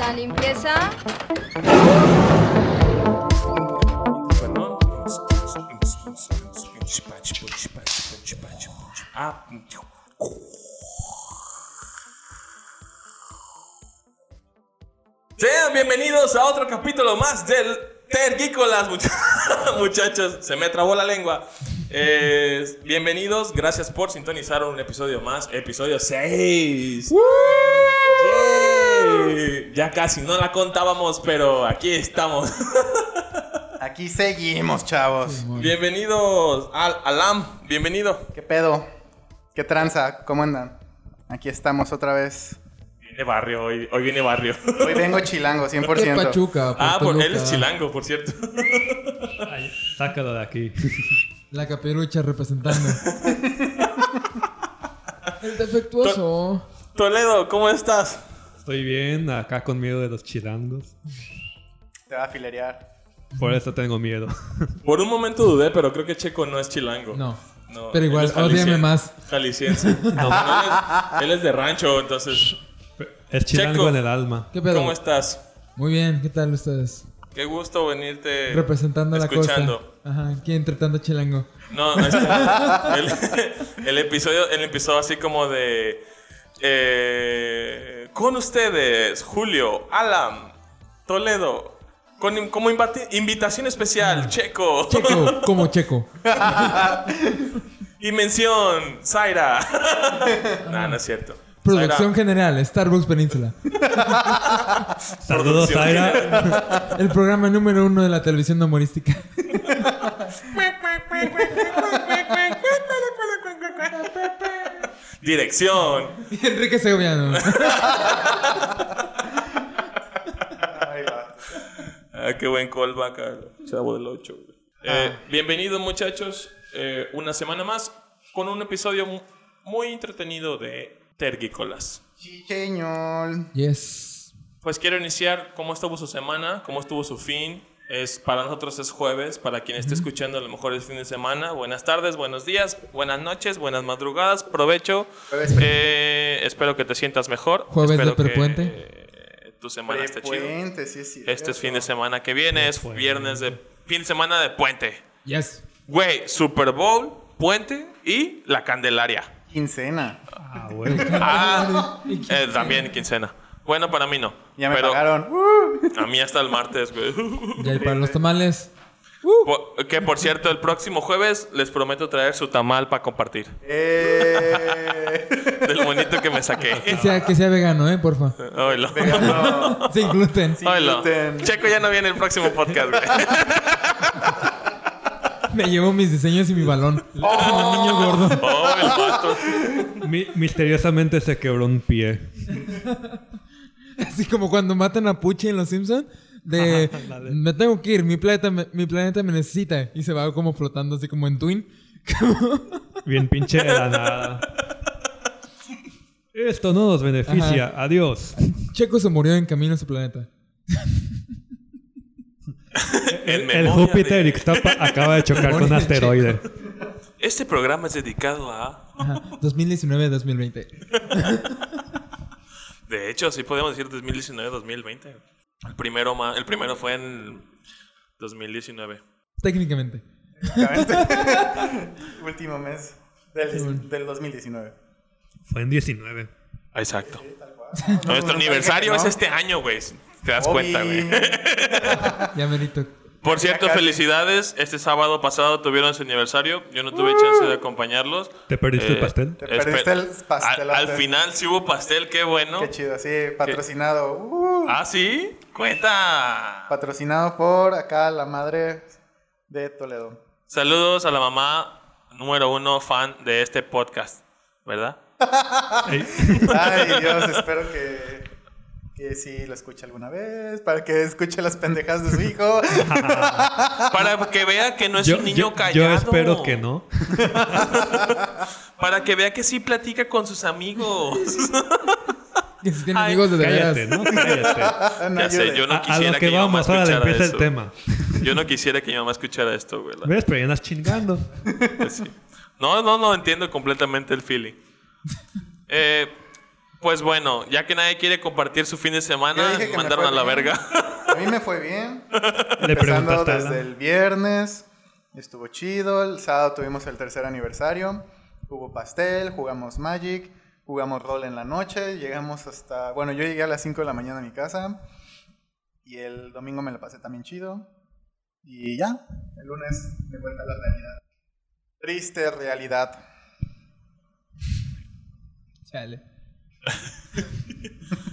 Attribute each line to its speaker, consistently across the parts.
Speaker 1: la limpieza.
Speaker 2: Perdón. Ah, Sean bienvenidos a otro capítulo más del Tergícolas, much- muchachos. Se me trabó la lengua. Eh, bienvenidos, gracias por sintonizar un episodio más, episodio 6. Ya casi no la contábamos, pero aquí estamos.
Speaker 3: Aquí seguimos, chavos.
Speaker 2: Bienvenidos al Alam, bienvenido.
Speaker 3: ¿Qué pedo? ¿Qué tranza? ¿Cómo andan? Aquí estamos otra vez.
Speaker 2: Viene barrio, hoy, hoy viene barrio.
Speaker 3: Hoy vengo chilango,
Speaker 4: De
Speaker 3: 100%.
Speaker 4: Pachuca. por
Speaker 2: Ah, porque él
Speaker 4: Toluca.
Speaker 2: es chilango, por cierto.
Speaker 5: Ay, sácalo de aquí.
Speaker 4: La caperucha representando. El defectuoso.
Speaker 2: Toledo, ¿cómo estás?
Speaker 5: Estoy bien, acá con miedo de los chilangos.
Speaker 3: Te va a filerear.
Speaker 5: Por eso tengo miedo.
Speaker 2: Por un momento dudé, pero creo que Checo no es chilango.
Speaker 4: No.
Speaker 2: No,
Speaker 4: Pero
Speaker 2: él
Speaker 4: igual,
Speaker 2: es jalisciense-
Speaker 4: ódiame más.
Speaker 2: Jalisciense. No, él, es, él es de rancho, entonces.
Speaker 5: Es chilango
Speaker 2: Checo.
Speaker 5: en el alma.
Speaker 4: ¿Qué pedo?
Speaker 2: ¿Cómo estás?
Speaker 4: Muy bien, ¿qué tal ustedes?
Speaker 2: Qué gusto venirte
Speaker 4: Representando la costa.
Speaker 2: Eh, escuchando.
Speaker 4: Ajá, aquí entretando chilango.
Speaker 2: No, no, es el, el episodio, el episodio así como de eh, con ustedes, Julio, Alam, Toledo, con como invati- invitación especial, Checo.
Speaker 4: Mm. Checo, como checo.
Speaker 2: Y mención, Zaira. no, no es cierto. Zaira,
Speaker 4: Producción general, Starbucks Península.
Speaker 5: Saludos,
Speaker 2: Producción.
Speaker 5: Zaira.
Speaker 4: El programa número uno de la televisión humorística.
Speaker 2: Dirección.
Speaker 4: Enrique Segoviano.
Speaker 3: Ahí va.
Speaker 2: Ah, qué buen callback al Chavo del 8.
Speaker 4: Ah.
Speaker 2: Bienvenidos, muchachos. eh, una semana más con un episodio mu- muy entretenido de Tergícolas.
Speaker 3: Chicheñol.
Speaker 4: Yes.
Speaker 2: Pues quiero iniciar cómo estuvo su semana, cómo estuvo su fin. Es, para nosotros es jueves, para quien esté escuchando a lo mejor es fin de semana. Buenas tardes, buenos días, buenas noches, buenas madrugadas, provecho.
Speaker 3: Jueves
Speaker 2: Eh, espero que te sientas mejor.
Speaker 4: Jueves
Speaker 2: espero
Speaker 4: de prepuente.
Speaker 2: eh, tu semana esté chido.
Speaker 3: Frecuente, sí, sí.
Speaker 2: Este es fin de semana que viene, es viernes de fin de semana de puente.
Speaker 4: Yes.
Speaker 2: Güey, Super Bowl, puente y la Candelaria.
Speaker 3: Quincena.
Speaker 5: Ah, güey.
Speaker 2: Ah, eh, también quincena. Bueno, para mí no.
Speaker 3: Ya me
Speaker 2: pero
Speaker 3: pagaron. ¡Uh!
Speaker 2: a mí hasta el martes, güey.
Speaker 4: Y ahí para los tamales.
Speaker 2: Por- que por cierto, el próximo jueves les prometo traer su tamal para compartir.
Speaker 3: Eh.
Speaker 2: Del bonito que me saqué.
Speaker 4: Que sea, que sea vegano, eh, porfa.
Speaker 2: Oilo.
Speaker 3: Vegano.
Speaker 4: Sin gluten.
Speaker 3: sin
Speaker 2: Oilo.
Speaker 3: gluten.
Speaker 2: Checo ya no viene el próximo podcast, güey.
Speaker 4: Me llevo mis diseños y mi balón. Como niño gordo.
Speaker 2: Oh, el vato.
Speaker 5: Mi- misteriosamente se quebró un pie.
Speaker 4: Así como cuando matan a Pucci en Los Simpsons. De me tengo que ir, mi planeta, me, mi planeta me necesita. Y se va como flotando así como en Twin.
Speaker 5: Bien pinche de la nada. Esto no nos beneficia. Adiós.
Speaker 4: Checo se murió en camino a su planeta.
Speaker 2: En
Speaker 5: El, el
Speaker 2: memoria
Speaker 5: Júpiter
Speaker 2: de-
Speaker 5: Ixtapa acaba de chocar con un
Speaker 4: Memoria de
Speaker 5: asteroide.
Speaker 2: Este programa es dedicado a.
Speaker 4: Ajá, 2019-2020.
Speaker 2: De hecho, sí podemos decir 2019-2020. El primero, ma- el primero fue en 2019.
Speaker 4: Técnicamente.
Speaker 3: Último mes del, del 2019.
Speaker 5: Fue en 19.
Speaker 2: Exacto. Nuestro aniversario
Speaker 3: ¿no?
Speaker 2: es este año, güey. Te das
Speaker 3: Obi.
Speaker 2: cuenta, güey.
Speaker 4: Ya merito.
Speaker 2: Por cierto,
Speaker 3: casi.
Speaker 2: felicidades. Este sábado pasado tuvieron su aniversario. Yo no tuve chance de acompañarlos.
Speaker 5: ¿Te perdiste el
Speaker 2: Eh,
Speaker 5: pastel?
Speaker 3: Uh. Te perdiste el
Speaker 2: Espe-
Speaker 3: pastel.
Speaker 2: Al, al final sí hubo pastel, qué bueno.
Speaker 3: Qué chido, sí, patrocinado. ¡Uh!
Speaker 2: Ah, sí. Cuenta.
Speaker 3: Patrocinado por acá la madre de Toledo.
Speaker 2: Saludos a la mamá número uno fan de este podcast, ¿verdad?
Speaker 5: Ey.
Speaker 3: Ay, Dios, espero que, que sí lo escuche alguna vez, para que escuche las pendejas de su hijo.
Speaker 2: Para que vea que no es
Speaker 5: Yo-
Speaker 2: un
Speaker 5: yo-
Speaker 2: niño callado.
Speaker 5: yo espero que no.
Speaker 2: Para que vea que sí platica con sus amigos.
Speaker 4: Que si tienen
Speaker 2: Ay,
Speaker 4: amigos de, de
Speaker 5: Cállate,
Speaker 4: veras.
Speaker 5: ¿no? Cállate.
Speaker 3: Ah, No
Speaker 2: Ya sé,
Speaker 3: ayude.
Speaker 2: yo no
Speaker 5: a, a
Speaker 2: quisiera
Speaker 5: lo que,
Speaker 2: que, mi mamá
Speaker 5: vamos, ahora le
Speaker 2: escuchara
Speaker 5: empieza
Speaker 2: eso.
Speaker 5: el tema.
Speaker 2: Yo no quisiera que mi mamá escuchara esto, güey. la
Speaker 5: ¿Ves? Pero ya andas chingando.
Speaker 2: Pues sí. No, no, no entiendo completamente el feeling. Eh, Pues bueno, ya que nadie quiere compartir su fin de semana,
Speaker 3: Yo dije que me
Speaker 2: mandaron a
Speaker 3: fue
Speaker 2: la
Speaker 3: bien.
Speaker 2: verga.
Speaker 3: A mí me fue bien.
Speaker 5: Le
Speaker 3: Empezando
Speaker 5: preguntaste a
Speaker 3: desde
Speaker 5: Alan.
Speaker 3: el viernes. Estuvo chido. El sábado tuvimos el tercer aniversario. Hubo pastel, jugamos Magic, jugamos rol en la noche. Llegamos hasta. Bueno, yo llegué a las 5 de la mañana a mi casa. Y el domingo me la pasé también chido. Y ya. El lunes me vuelta a la realidad. Triste realidad.
Speaker 4: Chale.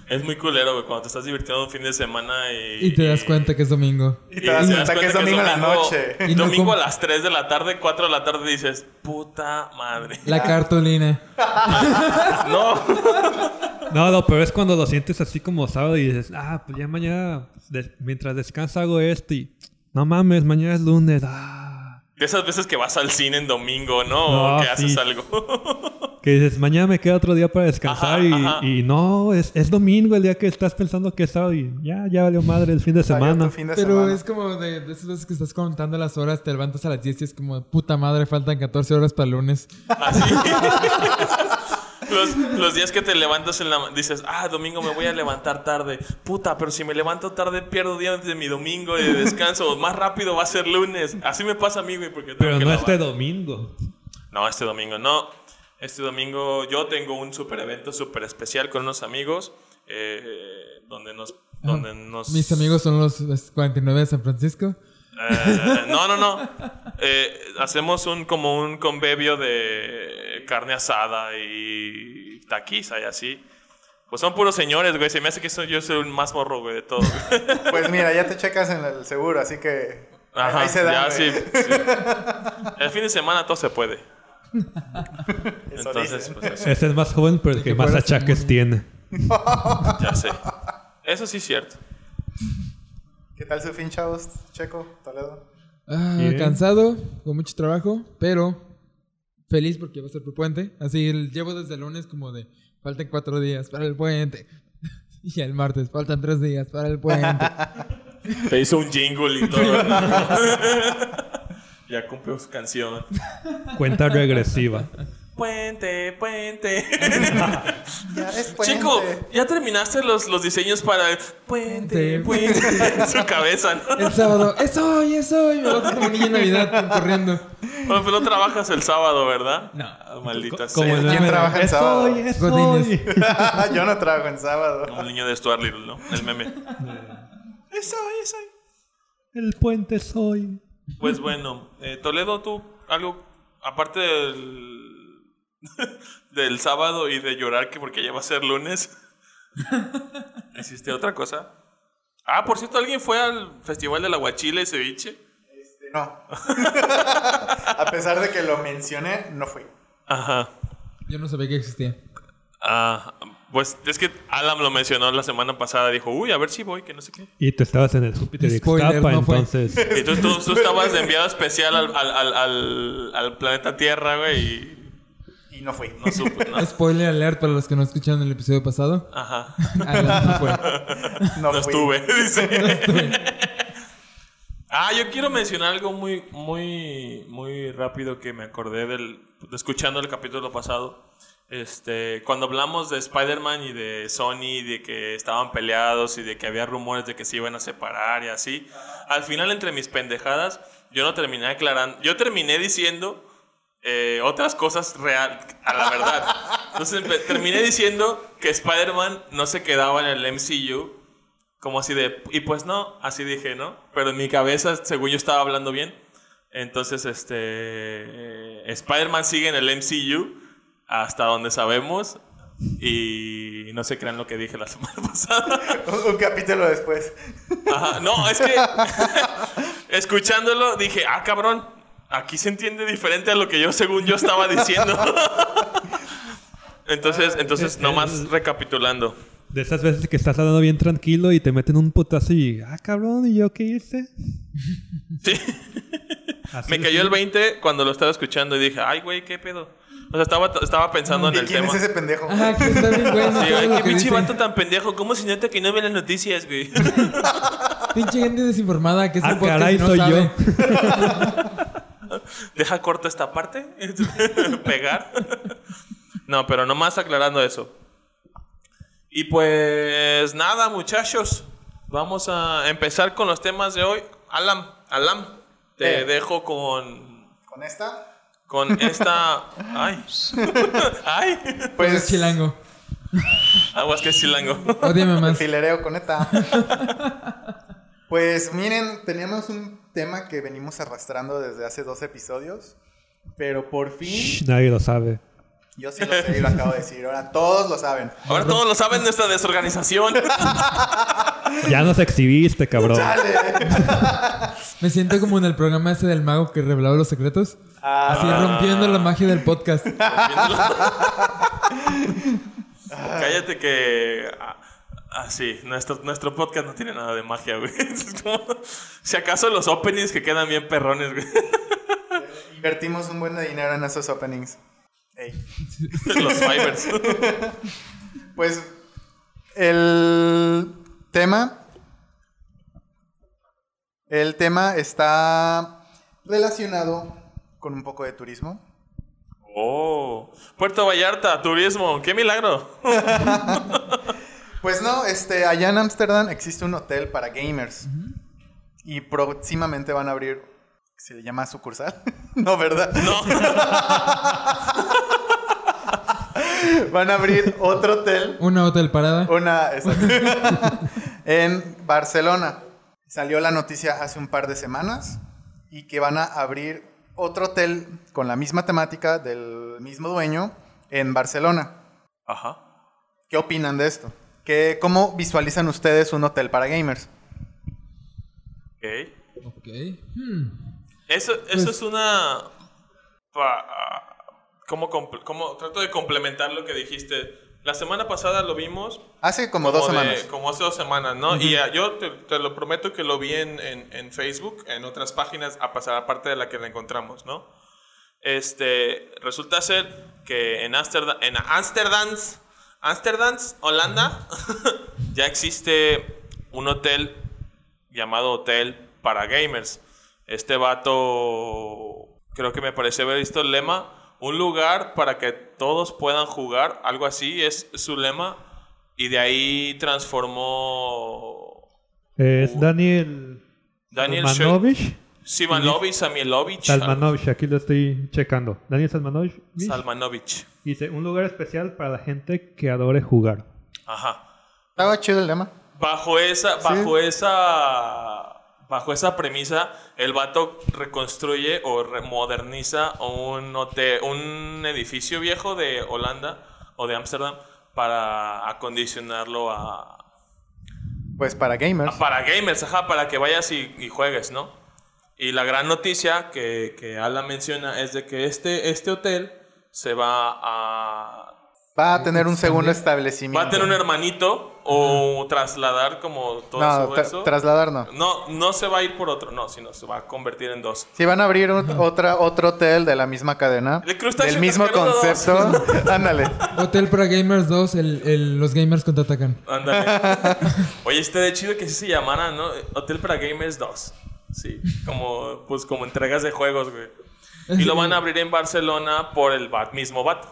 Speaker 2: Es muy culero, güey, cuando te estás divirtiendo un fin de semana y...
Speaker 4: Y te das cuenta que es domingo.
Speaker 3: Y te das cuenta Mm, que es domingo en la noche.
Speaker 4: Y no
Speaker 2: domingo
Speaker 4: com-
Speaker 2: a las 3 de la tarde, 4 de la tarde, dices, puta madre.
Speaker 4: La cartulina.
Speaker 2: No,
Speaker 5: No, no, pero es cuando lo sientes así como sábado y dices, ah, pues ya mañana, des- mientras descansa hago esto y no mames, mañana es lunes. Ah.
Speaker 2: de esas veces que vas al cine en domingo, ¿no?
Speaker 5: No,
Speaker 2: o que haces
Speaker 5: sí.
Speaker 2: algo.
Speaker 5: Que dices, mañana me queda otro día para descansar
Speaker 2: Ajá,
Speaker 5: y,
Speaker 2: ajá.
Speaker 5: y no, es, es domingo el día que estás pensando que es sábado y ya, ya valió madre el fin de
Speaker 3: Salió
Speaker 5: semana.
Speaker 3: tu fin de
Speaker 4: Pero
Speaker 3: semana.
Speaker 4: es como de, de esas veces que estás contando las horas, te levantas a las 10 y es como, puta madre, faltan 14 horas para el lunes.
Speaker 2: Así. Los, los días que te levantas en la ma- dices, ah, domingo me voy a levantar tarde. Puta, pero si me levanto tarde pierdo días de mi domingo y de descanso. Más rápido va a ser lunes. Así me pasa a mí, güey, porque tengo
Speaker 5: Pero
Speaker 2: que
Speaker 5: no
Speaker 2: lavar.
Speaker 5: este domingo.
Speaker 2: No, este domingo no. Este domingo yo tengo un super evento super especial con unos amigos eh, donde nos donde nos
Speaker 4: Mis amigos son los los 49 de San Francisco.
Speaker 2: Eh, no, no, no. Eh, hacemos un como un convivio de carne asada y taquiza y así. Pues son puros señores, güey. Se me hace que soy- yo soy el más morro, güey, de todo.
Speaker 3: Pues mira, ya te checas en el seguro, así que.
Speaker 2: Ajá,
Speaker 3: ahí se da.
Speaker 2: ya,
Speaker 3: güey.
Speaker 2: sí, sí. El fin de semana todo se puede.
Speaker 3: Eso
Speaker 2: Entonces,
Speaker 3: dicen.
Speaker 2: pues eso,
Speaker 5: Este es más joven, pero el que
Speaker 4: que
Speaker 5: más
Speaker 4: fueras un
Speaker 5: achaques
Speaker 4: mono.
Speaker 5: tiene.
Speaker 2: ya sé. Eso sí es cierto.
Speaker 3: ¿Qué tal su fin, chavos? Checo, Toledo.
Speaker 4: Ah,
Speaker 5: Bien.
Speaker 4: cansado, con mucho trabajo, pero feliz porque va a ser tu puente. Así el- llevo desde el lunes como de, faltan 4 días para el puente. Y el martes, faltan 3 días para el puente.
Speaker 2: Te hizo un jingle y todo. ya cumplió su canción.
Speaker 5: Cuenta regresiva.
Speaker 2: Puente, puente.
Speaker 3: Ya es
Speaker 2: Chico, ya terminaste los, los diseños para el puente, puente. en su cabeza, ¿no?
Speaker 4: El sábado, es hoy, es hoy. Me bajo como niño en Navidad corriendo.
Speaker 2: Bueno, pero no trabajas el sábado, ¿verdad?
Speaker 4: No.
Speaker 2: Ah, Maldita
Speaker 5: Como
Speaker 2: sea.
Speaker 5: el
Speaker 3: ¿Quién
Speaker 5: meme de,
Speaker 3: trabaja el
Speaker 5: "Es
Speaker 3: sábado?"
Speaker 5: hoy, es
Speaker 4: Godines.
Speaker 5: hoy.
Speaker 3: Yo no trabajo en sábado.
Speaker 2: Como el niño de Stuart Little, ¿no? El meme. eso, eso.
Speaker 5: El puente es hoy.
Speaker 2: Pues bueno, eh, Toledo, tú, algo, aparte del, del sábado y de llorar que porque ya va a ser lunes, ¿hiciste otra cosa? Ah, por cierto, ¿alguien fue al Festival del Aguachile y Ceviche?
Speaker 3: Este, No. A pesar de que lo mencioné, no fui.
Speaker 2: Ajá.
Speaker 4: Yo no sabía que existía.
Speaker 2: Ah, pues es que Alan lo mencionó la semana pasada, dijo, uy, a ver si voy, que no sé qué.
Speaker 5: Y tú estabas en el Júpiter de
Speaker 4: Spoiler,
Speaker 5: Ixtapa,
Speaker 4: no fue.
Speaker 5: entonces.
Speaker 2: Y tú, tú- tú estabas de enviado especial al, al, al, al- al planeta Tierra, güey, y
Speaker 3: Y no fui.
Speaker 2: no supe, ¿no?
Speaker 4: Spoiler alert para los que no escucharon el episodio pasado.
Speaker 2: Ajá.
Speaker 4: Alan no fue.
Speaker 3: No,
Speaker 2: No
Speaker 3: fui.
Speaker 2: estuve, dice. ah, yo quiero mencionar algo muy, muy, muy rápido que me acordé del, de escuchando el capítulo pasado. Este, cuando hablamos de Spider-Man y de Sony, de que estaban peleados y de que había rumores de que se iban a separar y así, al final entre mis pendejadas, yo no terminé aclarando, yo terminé diciendo eh, otras cosas real, a la verdad. Entonces empe- terminé diciendo que Spider-Man no se quedaba en el MCU, como así de, y pues no, así dije, ¿no? Pero en mi cabeza, según yo estaba hablando bien, entonces este, eh, Spider-Man sigue en el MCU hasta donde sabemos y no se crean lo que dije la semana pasada.
Speaker 3: Un, un capítulo después.
Speaker 2: Ajá, no, es que escuchándolo dije, ah, cabrón, aquí se entiende diferente a lo que yo según yo estaba diciendo. Entonces, entonces, nomás recapitulando.
Speaker 5: De esas veces que estás hablando bien tranquilo y te meten un putazo y. Ah, cabrón, ¿y yo qué hice?
Speaker 2: Sí.
Speaker 5: Así
Speaker 2: Me
Speaker 5: es.
Speaker 2: cayó el 20 cuando lo estaba escuchando y dije, ay, güey, qué pedo. O sea, estaba, estaba pensando en
Speaker 3: ¿Y
Speaker 2: el
Speaker 3: quién
Speaker 2: tema.
Speaker 3: es ese pendejo?
Speaker 4: Ajá, que está bien bueno.
Speaker 2: Sí,
Speaker 4: todo
Speaker 2: güey,
Speaker 4: lo
Speaker 2: qué
Speaker 4: que
Speaker 2: pinche
Speaker 4: dice.
Speaker 2: vato tan pendejo. ¿Cómo se nota que no ve las noticias, güey?
Speaker 4: Pinche gente desinformada que es
Speaker 5: Ah, caray,
Speaker 4: no
Speaker 5: soy
Speaker 4: sabe. Pues,
Speaker 5: yo.
Speaker 2: Deja corta esta parte. Pegar. No, pero nomás aclarando eso. Y pues nada, muchachos. Vamos a empezar con los temas de hoy. Alam, Alam, te
Speaker 3: Eh.
Speaker 2: dejo con,
Speaker 3: ¿Con esta?
Speaker 2: con esta. Ay. Ay.
Speaker 4: Es
Speaker 3: Pues
Speaker 4: chilango.
Speaker 2: Aguas que es chilango.
Speaker 4: Ódiame más.
Speaker 3: filereo con esta. pues miren, tenemos un tema que venimos arrastrando desde hace dos episodios. Pero por fin,
Speaker 5: Shh, nadie lo sabe.
Speaker 3: yo sí lo sé y lo acabo de decir. Ahora todos lo saben.
Speaker 2: Ahora todos lo saben de esta desorganización.
Speaker 5: Ya nos exhibiste, cabrón.
Speaker 3: Dale.
Speaker 4: Me siento como en el programa ese del mago que revelaba los secretos.
Speaker 3: Ah,
Speaker 4: Así rompiendo la magia del podcast.
Speaker 2: Cállate que. ah, ah, sí, nuestro, nuestro podcast no tiene nada de magia, güey. Es como- si acaso los openings que quedan bien perrones, güey.
Speaker 3: Invertimos un buen de dinero en esos openings. Ey.
Speaker 2: Los fibers.
Speaker 3: Pues el tema. El tema está relacionado con un poco de turismo.
Speaker 2: Oh. Puerto Vallarta, turismo. ¡Qué milagro!
Speaker 3: Pues no, este, allá en Ámsterdam existe un hotel para gamers. Y próximamente van a abrir. ¿Se le llama sucursal? no, ¿verdad?
Speaker 2: No.
Speaker 3: Van a abrir otro hotel.
Speaker 4: Una hotel parada.
Speaker 3: Una, exacto. en Barcelona. Salió la noticia hace un par de semanas y que van a abrir otro hotel con la misma temática del mismo dueño en Barcelona.
Speaker 2: Ajá.
Speaker 3: ¿Qué opinan de esto? ¿Qué, ¿Cómo visualizan ustedes un hotel para gamers?
Speaker 2: Ok.
Speaker 4: Ok. Hmm.
Speaker 2: Eso, eso
Speaker 4: Pues-
Speaker 2: es una. pa- como, compl- como trato de complementar lo que dijiste. La semana pasada lo vimos.
Speaker 3: Hace como, dos
Speaker 2: de-
Speaker 3: semanas.
Speaker 2: como hace dos semanas, ¿no? Y ah, yo te, te lo prometo que lo vi en, en- en Facebook, en otras páginas, a pasar aparte de la que la encontramos, ¿no? Este, resulta ser que en Ámsterdam, en Amsterdams- Amsterdams, Holanda, ya existe un hotel llamado Hotel para Gamers. Este vato, creo que me pareció haber visto el lema, un lugar para que todos puedan jugar, algo así es su lema, y de ahí transformó
Speaker 5: Es Daniel.
Speaker 2: Daniel Sche-
Speaker 5: Salmanovich.
Speaker 2: Sivanovic, Samielovich,
Speaker 5: Salmanovich, aquí lo estoy checando. Daniel Salmanovich.
Speaker 2: Salmanovich.
Speaker 5: Dice, un lugar especial para la gente que adore jugar.
Speaker 2: Ajá.
Speaker 3: Estaba chido el tema.
Speaker 2: Bajo esa, bajo esa, bajo esa premisa, el vato reconstruye o re- moderniza un hotel, un edificio viejo de Holanda o de Ámsterdam para acondicionarlo a,
Speaker 3: Pues para gamers.
Speaker 2: a- para gamers, ajá, para que vayas y, y juegues, ¿no? Y la gran noticia que, que Alan menciona es de que este, este hotel se va a
Speaker 3: Va a tener un segundo
Speaker 4: Expandir.
Speaker 3: establecimiento.
Speaker 2: va a tener un hermanito o trasladar como todo
Speaker 3: No,
Speaker 2: su
Speaker 3: tra-
Speaker 2: eso.
Speaker 3: trasladar no.
Speaker 2: No, no se va a ir por otro, no, sino se va a convertir en dos.
Speaker 3: Si van a abrir un- otra, otro hotel de la misma cadena,
Speaker 2: El crustáceo
Speaker 3: del mismo
Speaker 2: cascarudo.
Speaker 3: concepto, ándale.
Speaker 4: Hotel para Gamers 2, el, el- los gamers contraatacan.
Speaker 2: Ándale. Oye, este de chido que sí se llamara, ¿no? Hotel para Gamers 2. Sí, como, pues como entregas de juegos, güey. Y lo van a abrir en Barcelona por el va- mismo vato.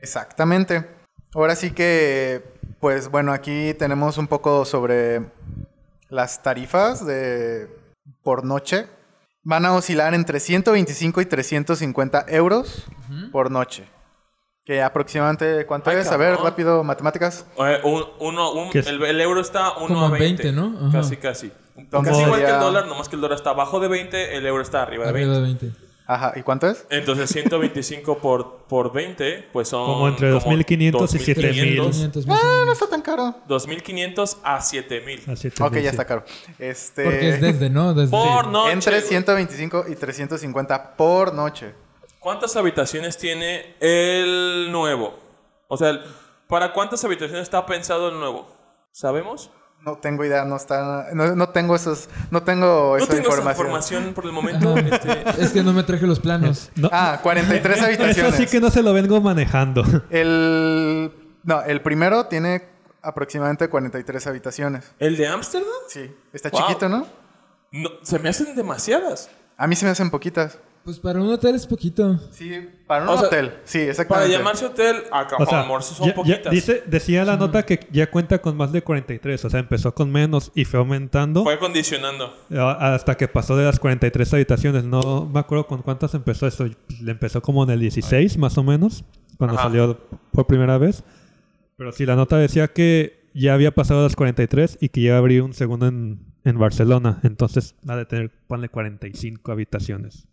Speaker 3: Exactamente. Ahora sí que, pues bueno, aquí tenemos un poco sobre las tarifas de por noche. Van a oscilar entre 125 y 350 euros por noche. Que aproximadamente, ¿cuánto
Speaker 2: Ay,
Speaker 3: es? A ver,
Speaker 2: cabrón.
Speaker 3: rápido, matemáticas.
Speaker 2: Eh, un- uno, un-
Speaker 5: ¿Qué es?
Speaker 2: el, el euro está 1
Speaker 4: Como
Speaker 2: a
Speaker 4: en
Speaker 2: 20,
Speaker 4: 20, ¿no? Ajá.
Speaker 2: Casi, casi.
Speaker 3: Entonces
Speaker 2: casi igual que el
Speaker 3: sería-
Speaker 2: dólar, nomás que el dólar está abajo de 20, el euro está arriba de 20.
Speaker 4: Arriba de 20.
Speaker 3: Ajá, ¿y cuánto es?
Speaker 2: Entonces 125 por, por 20, pues son...
Speaker 5: Como entre 2,500 y
Speaker 2: 2,500.
Speaker 4: 500 más o
Speaker 3: Ah, no
Speaker 4: menos.
Speaker 3: está tan caro.
Speaker 2: 2.500 a 7.000.
Speaker 5: Así te
Speaker 3: Ok,
Speaker 5: dice.
Speaker 3: ya está caro. Este...
Speaker 4: Porque es desde, ¿no? Desde.
Speaker 2: Por noche.
Speaker 3: Entre
Speaker 2: güey.
Speaker 3: 125 y 350 por noche.
Speaker 2: ¿Cuántas habitaciones tiene el nuevo? O sea, el- ¿para cuántas habitaciones está pensado el nuevo? ¿Sabemos?
Speaker 3: No tengo idea, no está, no, no tengo esos, no
Speaker 2: No
Speaker 3: tengo
Speaker 2: tengo esa
Speaker 3: esa Pues información.
Speaker 2: información por el momento.
Speaker 4: Ajá.
Speaker 2: este,
Speaker 4: Es que no me traje los planos.
Speaker 5: No,
Speaker 3: Ah, 43
Speaker 5: eso
Speaker 3: habitaciones.
Speaker 5: sí que no se lo vengo manejando.
Speaker 3: El no, el primero tiene aproximadamente 43 habitaciones.
Speaker 2: ¿El de Ámsterdam?
Speaker 3: Sí, está
Speaker 2: Wow.
Speaker 3: chiquito, ¿no?
Speaker 2: No, se me hacen demasiadas.
Speaker 3: A mí se me hacen poquitas.
Speaker 4: Pues para un hotel es poquito.
Speaker 3: Sí, para un
Speaker 2: O sea,
Speaker 3: hotel. Sí,
Speaker 2: Para
Speaker 3: exactamente.
Speaker 2: llamarse hotel, acá
Speaker 5: O sea,
Speaker 2: amor, son
Speaker 5: ya- ya
Speaker 2: poquitas.
Speaker 5: dice, decía la nota que ya cuenta con más de 43. O sea, empezó con menos y fue aumentando
Speaker 2: Fue condicionando.
Speaker 5: a- hasta que pasó de las 43 habitaciones. No me acuerdo con cuántas empezó eso. Le empezó como en el 16, más o menos, cuando
Speaker 2: Ajá.
Speaker 5: salió por primera vez. Pero sí, la nota decía que ya había pasado de las 43 y que ya habría un segundo en, en Barcelona. Entonces, ha de tener, ponle 45 habitaciones.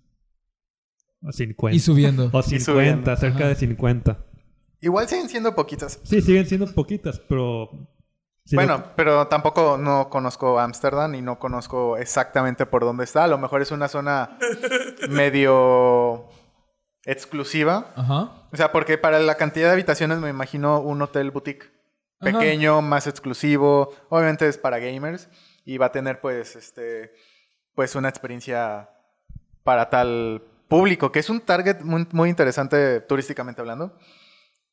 Speaker 5: O 50.
Speaker 4: Y subiendo.
Speaker 5: o
Speaker 3: subiendo,
Speaker 5: 50, cerca
Speaker 4: ajá.
Speaker 5: de 50.
Speaker 3: Igual siguen siendo poquitas.
Speaker 5: Sí, siguen siendo poquitas, pero. sí,
Speaker 3: bueno, pero tampoco no conozco Ámsterdam y no conozco exactamente por dónde está. A lo mejor es una zona medio exclusiva.
Speaker 4: Ajá.
Speaker 3: O sea, porque para la cantidad de habitaciones me imagino un hotel boutique.
Speaker 4: Ajá.
Speaker 3: Pequeño, más exclusivo. Obviamente es para gamers. Y va a tener pues este. Pues una experiencia para tal público. Que es un target muy, muy interesante turísticamente hablando.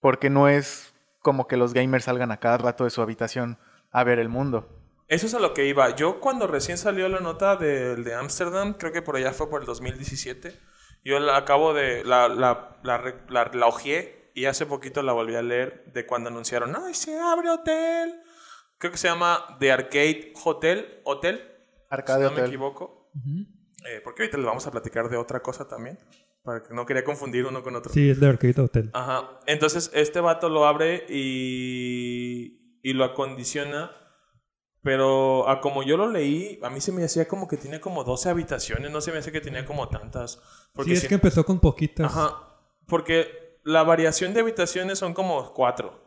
Speaker 3: Porque no es como que los gamers salgan a cada rato de su habitación a ver el mundo.
Speaker 2: Eso es a lo que iba. Yo cuando recién salió la nota del de Ámsterdam, creo que por allá fue por el 2017, yo la acabo de... La, la, la, re- la- la hojeé y hace poquito la volví a leer de cuando anunciaron, ¡ay, se abre hotel! Creo que se llama The Arcade Hotel, Hotel, si
Speaker 3: Arcade
Speaker 2: no me
Speaker 3: Hotel.
Speaker 2: equivoco.
Speaker 4: Ujú.
Speaker 2: Eh, porque ahorita les vamos a platicar de otra cosa también, para que no quería confundir uno con otro.
Speaker 5: Sí, es de Arcade Hotel.
Speaker 2: Ajá. Entonces, este vato lo abre y, y lo acondiciona. Pero a como yo lo leí, a mí se me hacía como que tenía como 12 habitaciones. No se me hace que tenía como tantas. Porque
Speaker 5: sí, es
Speaker 2: si-
Speaker 5: que empezó con poquitas.
Speaker 2: Ajá. Porque la variación de habitaciones son como cuatro.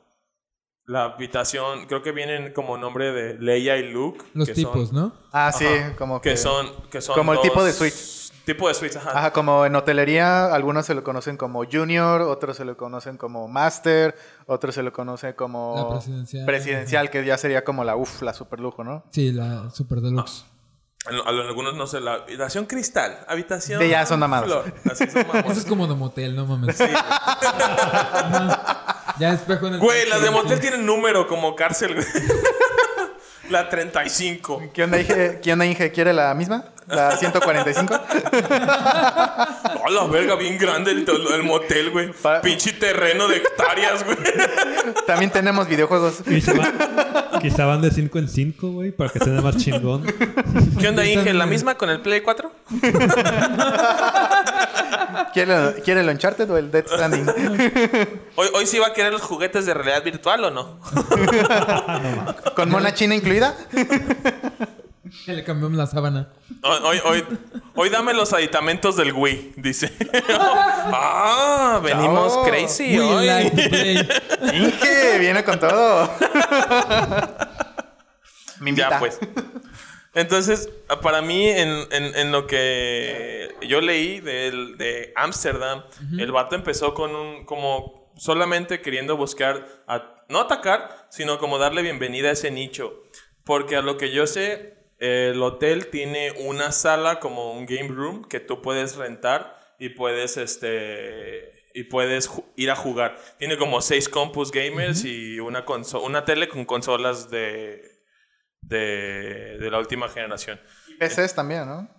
Speaker 2: La habitación, creo que vienen como nombre de Leia y Luke.
Speaker 4: Los
Speaker 2: que
Speaker 4: tipos,
Speaker 2: son-
Speaker 4: ¿no?
Speaker 3: Ah, sí,
Speaker 2: Ajá,
Speaker 3: como que.
Speaker 2: Que son, que son
Speaker 3: Como el tipo de
Speaker 2: dos- Tipo de suites, ajá.
Speaker 3: Ajá, como en hotelería, algunos se lo conocen como junior, otros se lo conocen como master, otros se lo conocen como
Speaker 4: La presidencial.
Speaker 3: presidencial, que ya sería como la uff, la super lujo, ¿no?
Speaker 4: Sí, la Super Deluxe.
Speaker 2: A lo- a lo- algunos no sé, la habitación cristal, habitación.
Speaker 3: De ya son mamadas.
Speaker 2: flor. Así son mamones.
Speaker 4: Eso es como de motel, no mames.
Speaker 2: Sí.
Speaker 4: Ajá. Ya espejo en el.
Speaker 2: Güey, las de motel tienen número como cárcel, güey. La 35.
Speaker 3: ¿Qué onda, Inge? ¿Qué onda, Inge? ¿Quiere la misma? ¿La 145?
Speaker 2: A la verga, bien grande el, el motel, güey.
Speaker 3: Para-
Speaker 2: Pinche terreno de hectáreas, güey.
Speaker 3: También tenemos videojuegos.
Speaker 5: Quizá, van, quizá van de 5 en 5, güey, para que sea más chingón.
Speaker 2: ¿Qué onda, Inge? ¿La misma con el Play 4?
Speaker 3: ¿Quiere, quiere el Uncharted o el Dead Stranding?
Speaker 2: Hoy, hoy sí va a querer los juguetes de realidad virtual o no.
Speaker 3: ¿Con mona china incluida?
Speaker 4: Que le cambiamos la sábana.
Speaker 2: Hoy, hoy, hoy dame los aditamentos del Wii, dice. ah, venimos
Speaker 3: Chao.
Speaker 2: crazy
Speaker 4: Muy
Speaker 2: hoy.
Speaker 4: like to play.
Speaker 3: Inge, viene con todo. Me invita.
Speaker 2: Ya, pues. Entonces, para mí, en, en- en lo que yo leí del- de Ámsterdam, el vato empezó con un, como solamente queriendo buscar, a- no atacar, sino como darle bienvenida a ese nicho. Porque a lo que yo sé, el hotel tiene una sala como un game room que tú puedes rentar y puedes, este, y puedes ju- ir a jugar. Tiene como seis compus gamers y una, conso- una tele con consolas de, de, de la última generación.
Speaker 3: Y PCs también, ¿no?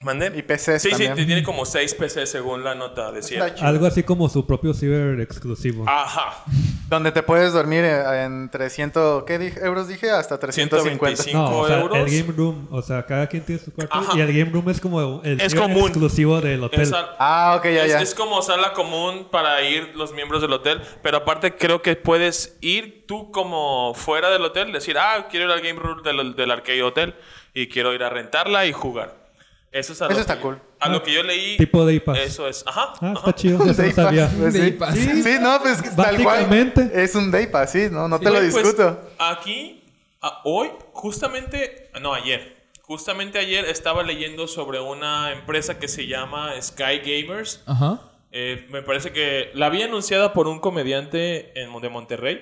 Speaker 2: ¿Mandé?
Speaker 3: Y PCs
Speaker 2: sí,
Speaker 3: también.
Speaker 2: sí, tiene como 6 PC según la nota, decía.
Speaker 3: Está chido.
Speaker 5: Algo así como su propio ciber exclusivo.
Speaker 2: Ah, Ajá,
Speaker 3: Donde te puedes dormir eh, en 300, ¿qué dije? euros dije? Hasta 350.
Speaker 2: 125
Speaker 5: no, o sea,
Speaker 2: euros.
Speaker 5: el Game Room, o sea, cada quien tiene su cuarto
Speaker 2: Ajá.
Speaker 5: y el Game Room es como el
Speaker 2: Es
Speaker 5: ciber
Speaker 2: común.
Speaker 5: exclusivo del hotel.
Speaker 2: Esa-
Speaker 3: Ah, ok, ya,
Speaker 2: es,
Speaker 3: ya.
Speaker 2: es como sala común para ir los miembros del hotel, pero aparte creo que puedes ir tú como fuera del hotel, decir, ah, quiero ir al game room del, del arcade hotel y quiero ir a rentarla y jugar. Eso es a lo
Speaker 3: Eso
Speaker 2: que-
Speaker 3: está cool.
Speaker 2: A lo que yo leí.
Speaker 5: Tipo de iPads.
Speaker 2: Eso es. Ajá.
Speaker 5: Ah,
Speaker 2: ajá.
Speaker 5: está chido, eso no
Speaker 3: Day
Speaker 5: sabía.
Speaker 3: pass, pues,
Speaker 4: Day
Speaker 3: sí.
Speaker 4: pass.
Speaker 3: Sí, sí, no, pues tal cual.
Speaker 5: Básicamente.
Speaker 3: Es un day pass, sí, no, no te lo
Speaker 2: Güey, pues,
Speaker 3: discuto.
Speaker 2: aquí, a- hoy, justamente, no, ayer. Justamente ayer estaba leyendo sobre una empresa que se llama Sky Gamers.
Speaker 4: Ajá.
Speaker 2: Eh, me parece que la había anunciada por un comediante en, de Monterrey.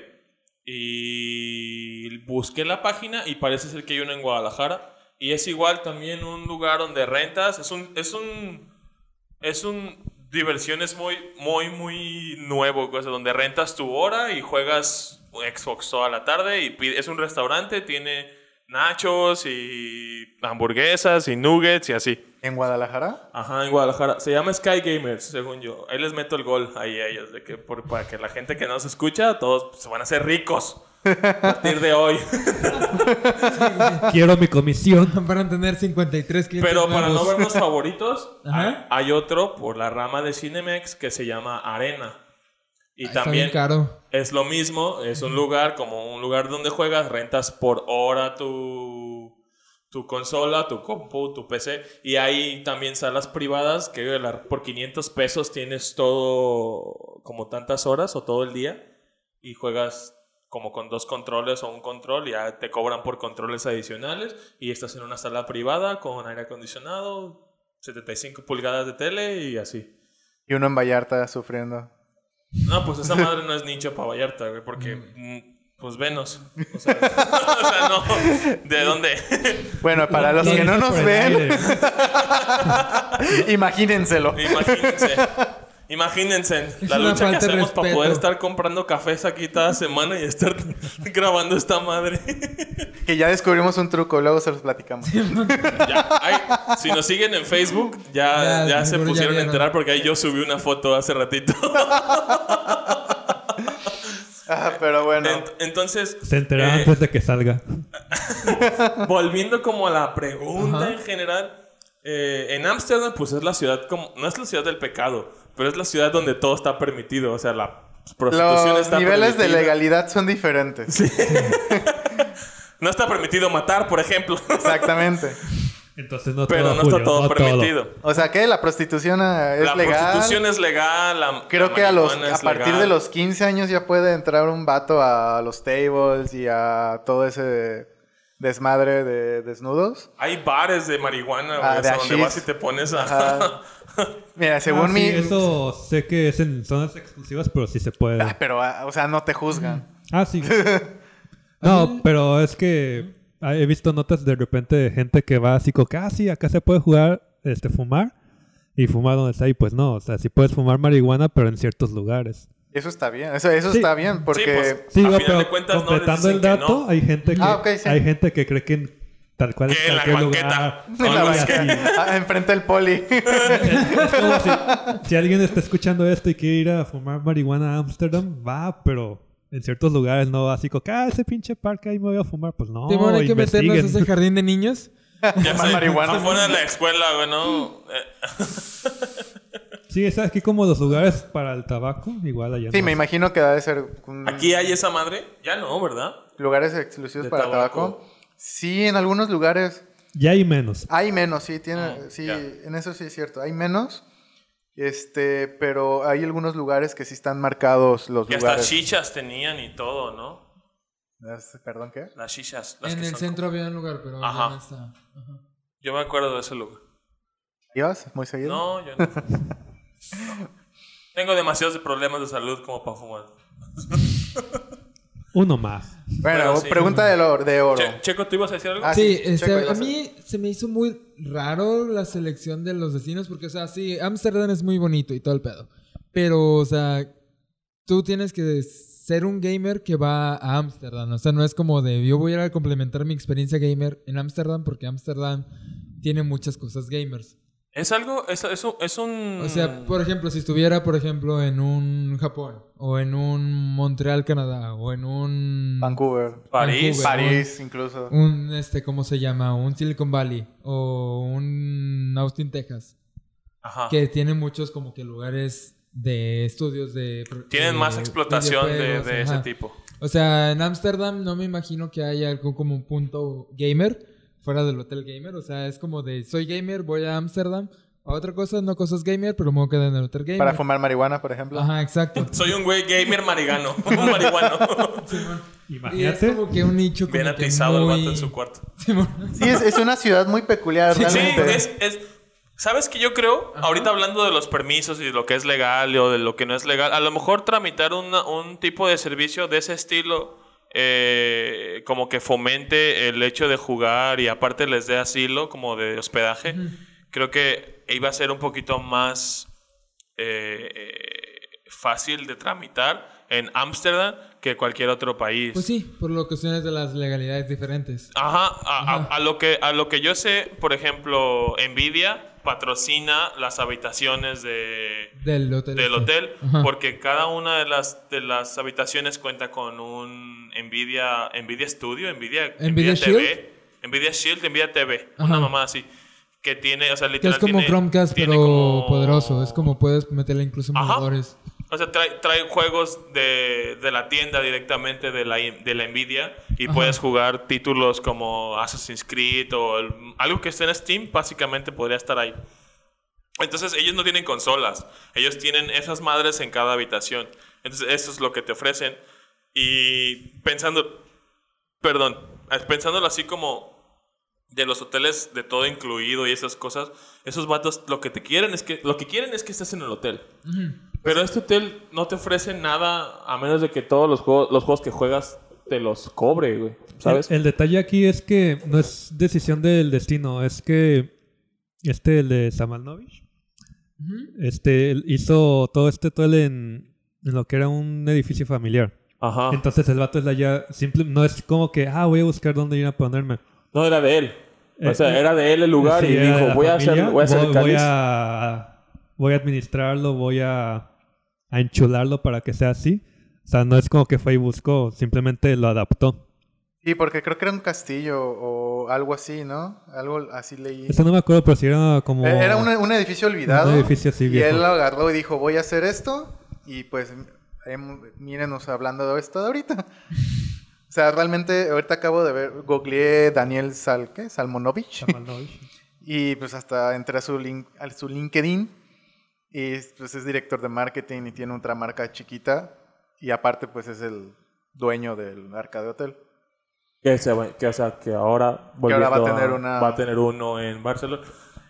Speaker 2: Y busqué la página y parece ser que hay una en Guadalajara. Y es igual también un lugar donde rentas. Es un. Es un. Es un. Diversiones muy, muy, muy nuevo. cosa donde rentas tu hora y juegas Xbox toda la tarde. Y pide- es un restaurante, tiene nachos y hamburguesas y nuggets y así.
Speaker 3: ¿En Guadalajara?
Speaker 2: Ajá, en Guadalajara. Se llama Sky Gamers, según yo. Ahí les meto el gol ahí a ellos, de que por- para que la gente que nos escucha, todos pues, se van a hacer ricos a partir de hoy.
Speaker 5: Quiero mi comisión.
Speaker 4: Van a tener 53 clientes
Speaker 2: Pero para no
Speaker 4: nuevos.
Speaker 2: vernos favoritos,
Speaker 4: Ajá.
Speaker 2: hay otro por la rama de Cinemex que se llama Arena. Y
Speaker 4: Ay, está
Speaker 2: también
Speaker 4: bien caro.
Speaker 2: es lo mismo, es un lugar como un lugar donde juegas, rentas por hora tu, tu consola, tu compu, tu PC. Y hay también salas privadas que la- por 500 pesos tienes todo, como tantas horas o todo el día. Y juegas como con dos controles o un control, ya te cobran por controles adicionales. Y estás en una sala privada con aire acondicionado, 75 pulgadas de tele y así.
Speaker 3: Y uno en Vallarta sufriendo.
Speaker 2: No, pues esa madre no es nicho para Vallarta, güey, porque mm, pues venos. O sea, o sea, no. ¿De dónde?
Speaker 3: Bueno, para los que no nos ven, imagínenselo.
Speaker 2: Imagínense. Imagínense la
Speaker 4: una
Speaker 2: lucha que
Speaker 4: falta de
Speaker 2: hacemos para
Speaker 4: respeto.
Speaker 2: poder estar comprando cafés aquí cada semana y estar grabando esta madre.
Speaker 3: Que ya descubrimos un truco, luego se los platicamos.
Speaker 2: Ya, ay, si nos siguen en Facebook, ya,
Speaker 4: Ya,
Speaker 2: ya se
Speaker 4: seguro ya
Speaker 2: pusieron a
Speaker 4: vieron.
Speaker 2: enterar porque ahí yo subí una foto hace ratito.
Speaker 3: Ah, pero bueno.
Speaker 2: Ent- Entonces,
Speaker 5: Se enteraron
Speaker 2: eh,
Speaker 5: antes de que salga.
Speaker 2: Volviendo como a la pregunta
Speaker 4: Ajá.
Speaker 2: en general, eh, en Ámsterdam pues es la ciudad como no es la ciudad del pecado, pero es la ciudad donde todo está permitido, o sea la prostitución
Speaker 3: Los
Speaker 2: está
Speaker 3: niveles
Speaker 2: permitida.
Speaker 3: de legalidad son diferentes.
Speaker 2: No está permitido matar, por ejemplo,
Speaker 3: Exactamente.
Speaker 5: Entonces no
Speaker 2: pero
Speaker 5: todo,
Speaker 2: no
Speaker 5: Julio,
Speaker 2: está todo
Speaker 5: no
Speaker 2: permitido.
Speaker 3: O sea que la prostitución ah, es
Speaker 2: la
Speaker 3: legal.
Speaker 2: prostitución es legal, la-
Speaker 3: Creo
Speaker 2: la
Speaker 3: que a los
Speaker 2: marihuana
Speaker 3: a
Speaker 2: es
Speaker 3: partir
Speaker 2: legal.
Speaker 3: de los 15 años ya puede entrar un vato a los tables y a todo ese desmadre de desnudos.
Speaker 2: hay bares de marihuana, güey,
Speaker 3: Ah,
Speaker 2: o sea,
Speaker 3: de
Speaker 2: donde
Speaker 3: hashish.
Speaker 2: vas y te pones
Speaker 3: Ajá.
Speaker 2: a
Speaker 3: Mira, según
Speaker 5: Ah,
Speaker 3: mi
Speaker 5: sí, eso sé que es en zonas exclusivas, pero sí se puede.
Speaker 3: Ah, pero ah, o sea, no te juzgan.
Speaker 5: Ah, sí. No, pero es que ah, he visto notas de repente de gente que va así como que, ah, sí, acá se puede jugar, este, fumar. Y fumar donde está y pues no. O sea, sí puedes fumar marihuana, pero en ciertos lugares.
Speaker 3: Eso está bien. Eso eso
Speaker 5: Sí.
Speaker 3: está bien porque
Speaker 2: pues.
Speaker 5: Sí,
Speaker 2: A
Speaker 5: güey,
Speaker 2: final
Speaker 5: pero
Speaker 2: de cuentas, no les
Speaker 5: completando el
Speaker 2: dicen que
Speaker 5: dato,
Speaker 2: no.
Speaker 5: hay gente que
Speaker 3: Ah, ok, sí.
Speaker 5: hay gente que cree que en tal cual
Speaker 2: Que en la
Speaker 5: cualquier
Speaker 2: banqueta.
Speaker 5: lugar,
Speaker 2: No,
Speaker 3: en la
Speaker 5: algo
Speaker 2: es
Speaker 5: así.
Speaker 2: que-
Speaker 3: banqueta, ah, enfrente del poli.
Speaker 5: Es como si, si alguien está escuchando esto y quiere ir a fumar marihuana a Ámsterdam, va, pero en ciertos lugares no va así como que ah, ese pinche parque ahí me voy a fumar. Pues no,
Speaker 4: Timón, hay que
Speaker 5: investiguen.
Speaker 4: meternos a ese jardín de niños.
Speaker 2: ya
Speaker 3: Más
Speaker 2: sé,
Speaker 3: marihuana. Mm.
Speaker 2: afuera de la escuela, güey, ¿no? Eh,
Speaker 5: Sí, es aquí como los lugares para el tabaco, igual allá.
Speaker 3: Sí,
Speaker 5: no.
Speaker 3: me imagino que debe ser un-
Speaker 2: aquí hay esa madre, ya no, ¿verdad?
Speaker 3: lugares exclusivos
Speaker 2: de
Speaker 3: para
Speaker 2: tabaco.
Speaker 3: tabaco. Sí, en algunos lugares
Speaker 5: Ya hay menos.
Speaker 3: hay menos, sí, tiene,
Speaker 2: Mm,
Speaker 3: sí,
Speaker 2: ya.
Speaker 3: en eso sí es cierto, hay menos. Este, pero hay algunos lugares que sí están marcados los
Speaker 2: Y hasta
Speaker 3: lugares.
Speaker 2: chichas tenían y todo, ¿no?
Speaker 3: Las- Perdón, ¿qué?
Speaker 2: Las chichas. las
Speaker 4: En
Speaker 2: que
Speaker 4: el
Speaker 2: son
Speaker 4: centro había un lugar, pero ya
Speaker 2: Ajá.
Speaker 4: no está. Ajá.
Speaker 2: como- Yo me acuerdo de ese lugar.
Speaker 3: ¿Ibas muy seguido?
Speaker 2: No, yo no. No. Tengo demasiados problemas de salud como para fumar.
Speaker 5: Uno más.
Speaker 3: bueno,
Speaker 2: pero sí.
Speaker 3: pregunta de oro. De oro.
Speaker 2: Che- Checo, ¿tú ibas a decir algo?
Speaker 3: Ah,
Speaker 4: sí,
Speaker 3: sí,
Speaker 4: este,
Speaker 3: Checo, ibas
Speaker 4: a
Speaker 3: a-
Speaker 4: mí se me hizo muy raro la selección de los vecinos, porque, o sea, sí, Ámsterdam es muy bonito y todo el pedo. Pero, o sea, tú tienes que ser un gamer que va a Ámsterdam. O sea, no es como de yo voy a ir a complementar mi experiencia gamer en Ámsterdam, porque Ámsterdam tiene muchas cosas gamers.
Speaker 2: Es algo, es, es, un, es un-
Speaker 4: O sea,
Speaker 3: Mm.
Speaker 4: por ejemplo, si estuviera, por ejemplo, en un Japón, o en un Montreal, Canadá, o en un.
Speaker 3: Vancouver.
Speaker 2: París.
Speaker 4: Vancouver.
Speaker 3: París, incluso.
Speaker 4: un este cómo se llama un Silicon Valley o un Austin Texas
Speaker 2: Ajá.
Speaker 4: que tiene muchos como que lugares de estudios de
Speaker 2: Tienen
Speaker 4: de
Speaker 2: más explotación de,
Speaker 4: videojuegos,
Speaker 2: de ese
Speaker 4: ajá.
Speaker 2: tipo.
Speaker 4: o sea en Ámsterdam no me imagino que haya algo como un punto gamer fuera del hotel gamer o sea es como de soy gamer voy a Ámsterdam a otra cosa no cosas gamer pero me voy a quedar en el hotel gamer
Speaker 3: Para fumar marihuana, por ejemplo.
Speaker 4: ajá exacto
Speaker 2: Soy un güey gamer marigano. Un marihuano.
Speaker 4: Simón. y es
Speaker 5: Imagínate.
Speaker 4: como que un nicho como
Speaker 2: Bien
Speaker 4: que
Speaker 2: atizado
Speaker 4: muy...
Speaker 2: el vato en su cuarto.
Speaker 4: Simón.
Speaker 3: Sí, es, es una ciudad muy peculiar,
Speaker 2: Sí,
Speaker 3: realmente.
Speaker 2: es, es- ¿Sabes que yo creo? Ahorita hablando de los permisos y de lo que es legal o de lo que no es legal, a lo mejor tramitar una- un tipo de servicio de ese estilo eh, como que fomente el hecho de jugar y aparte les dé asilo como de hospedaje, creo que iba a ser un poquito más eh, eh, fácil de tramitar en Ámsterdam que cualquier otro país.
Speaker 4: pues sí por lo cuestiones de las legalidades diferentes
Speaker 2: Ajá, a, a- a lo que, a lo que yo sé, por ejemplo, Nvidia patrocina las habitaciones de,
Speaker 4: Del hotel.
Speaker 2: del
Speaker 4: este.
Speaker 2: hotel,
Speaker 4: Ajá.
Speaker 2: porque cada una de las, de las habitaciones cuenta con un Nvidia, Nvidia Studio, Nvidia,
Speaker 4: ¿Nvidia
Speaker 2: TV, Nvidia Shield, Nvidia TV, una
Speaker 4: Ajá.
Speaker 2: mamá así, que tiene, o sea,
Speaker 4: Que
Speaker 2: literal
Speaker 4: es como
Speaker 2: tiene-
Speaker 4: Chromecast,
Speaker 2: tiene
Speaker 4: pero
Speaker 2: como-
Speaker 4: poderoso. Es como puedes meterle incluso
Speaker 2: Ajá.
Speaker 4: monitores.
Speaker 2: O sea, trae, trae juegos de, de la tienda directamente de la, de la Nvidia y
Speaker 4: Ajá.
Speaker 2: puedes jugar títulos como Assassin's Creed o el- algo que esté en Steam, básicamente podría estar ahí. Entonces, ellos no tienen consolas, ellos tienen esas madres en cada habitación. Entonces, eso es lo que te ofrecen. Y pensando, perdón, pensándolo así como de los hoteles de todo incluido y esas cosas, esos vatos lo que te quieren es que lo que quieren es que estés en el hotel. Pero este hotel no te ofrece nada a menos de que todos los juegos, los juegos que juegas te los cobre, güey. ¿Sabes?
Speaker 5: El, el detalle aquí es que no es decisión del destino, es que este, el de Samalnovich, este, él hizo todo este hotel en, en lo que era un edificio familiar.
Speaker 2: Ajá.
Speaker 5: Entonces el vato es la ya, simple, no es como que, ah, voy a buscar dónde ir a ponerme.
Speaker 2: No era de él. O
Speaker 5: Eh,
Speaker 2: sea,
Speaker 5: eh,
Speaker 2: era de él el lugar
Speaker 5: Sí,
Speaker 2: y
Speaker 5: era de
Speaker 2: dijo,
Speaker 5: la
Speaker 2: voy a,
Speaker 5: familia,
Speaker 2: hacer, voy a hacer
Speaker 5: voy,
Speaker 2: el cáliz.
Speaker 5: voy a, voy a administrarlo, voy a, a enchularlo para que sea así. O sea, no es como que fue y buscó, simplemente lo adaptó.
Speaker 3: Sí, porque creo que era un castillo o algo así, ¿no? Algo así leí.
Speaker 5: Este no me acuerdo, pero si era como...
Speaker 3: Eh, Era un, un edificio olvidado.
Speaker 5: Un edificio así
Speaker 3: y
Speaker 5: viejo.
Speaker 3: él lo agarró y dijo, voy a hacer esto. Y pues, em- mírenos hablando de esto de ahorita. O sea, realmente, ahorita acabo de ver, googleé Daniel Sal, ¿qué? Salmonovich.
Speaker 5: Samalnovich.
Speaker 3: Y pues hasta entré a su, link, a su LinkedIn y pues es director de marketing y tiene otra marca chiquita y aparte pues es el dueño del marca de hotel.
Speaker 2: Que, se va- que, o sea, que ahora,
Speaker 3: ahora va a
Speaker 2: volviendo
Speaker 3: tener una-
Speaker 2: va a tener uno en Barcelona.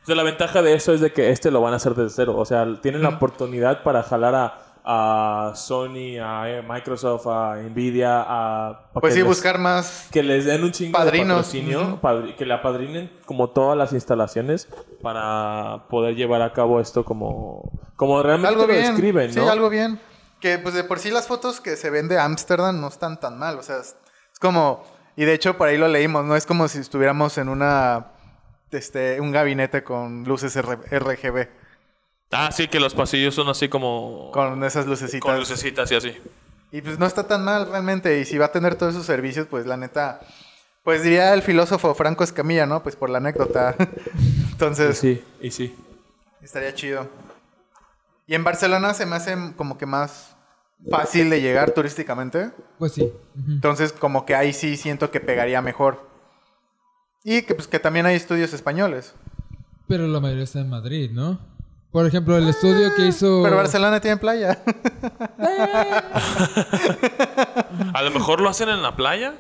Speaker 2: O sea, la ventaja de eso es de que este lo van a hacer desde cero. O sea, tienen la oportunidad para jalar a, a Sony, a eh, Microsoft, a Nvidia, a... para
Speaker 3: Pues
Speaker 2: que
Speaker 3: sí,
Speaker 2: les-
Speaker 3: buscar más.
Speaker 2: Que les den un chingo
Speaker 3: Padrinos.
Speaker 2: de patrocinio,
Speaker 3: Ujú.
Speaker 2: padri- que le apadrinen como todas las instalaciones para poder llevar a cabo esto como, como realmente
Speaker 3: Algo
Speaker 2: lo
Speaker 3: bien.
Speaker 2: describen,
Speaker 3: Sí,
Speaker 2: ¿no?
Speaker 3: algo bien. Que pues de por sí las fotos que se ven de Ámsterdam no están tan mal. O sea, es, es como... Y de hecho por ahí lo leímos, ¿no? Es como si estuviéramos en una... Este, un gabinete con luces R- RGB.
Speaker 2: Ah, sí, que los pasillos son así como...
Speaker 3: Con esas lucecitas.
Speaker 2: con lucecitas y así.
Speaker 3: Y pues no está tan mal realmente. Y si va a tener todos esos servicios, pues la neta. Pues diría el filósofo Franco Escamilla, ¿no? Pues por la anécdota.
Speaker 2: Y
Speaker 3: Entonces,
Speaker 2: sí, y sí.
Speaker 3: estaría chido. Y en Barcelona se me hace como que más fácil de llegar turísticamente.
Speaker 4: Pues sí. Ujú.
Speaker 3: Entonces, como que ahí sí siento que pegaría mejor. Y que pues que también hay estudios españoles.
Speaker 4: Pero la mayoría está en Madrid, ¿no? Por ejemplo, el estudio que hizo.
Speaker 3: Pero Barcelona tiene playa.
Speaker 2: A lo mejor lo hacen en la playa.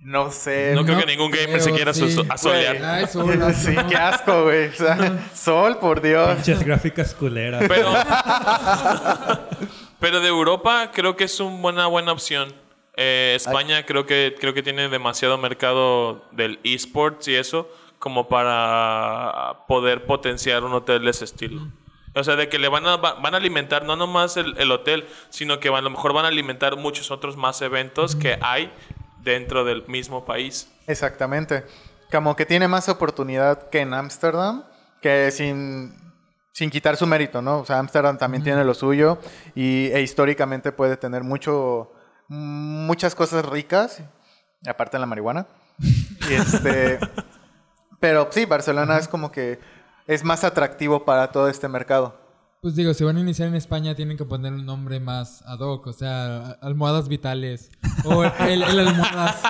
Speaker 3: no sé.
Speaker 2: No creo
Speaker 4: Eh, No
Speaker 2: que ningún gamer
Speaker 4: creo,
Speaker 2: se quiera aso-
Speaker 4: sí.
Speaker 2: asolear.
Speaker 4: Ay, sol, no,
Speaker 3: sí,
Speaker 4: no.
Speaker 3: qué asco, güey. O sea, sol, por Dios.
Speaker 5: Pinches gráficas culeras.
Speaker 2: Pero, pero de Europa creo que es una buena, buena opción. Eh, España creo que, creo que tiene demasiado mercado del esports y eso como para poder potenciar un hotel de ese estilo. O sea, de que le van a, va- van a alimentar no nomás el, el hotel, sino que a lo mejor van a alimentar muchos otros más eventos que hay dentro del mismo país.
Speaker 3: Exactamente. Como que tiene más oportunidad que en Ámsterdam, que sin, sin quitar su mérito, ¿no? O sea, Ámsterdam también tiene lo suyo y, e históricamente puede tener mucho, muchas cosas ricas, aparte de la marihuana. Y este, pero sí, Barcelona es como que es más atractivo para todo este mercado.
Speaker 4: Pues digo, si van a iniciar en España, tienen que poner un nombre más ad hoc, o sea, almohadas vitales. O el, el almohadas.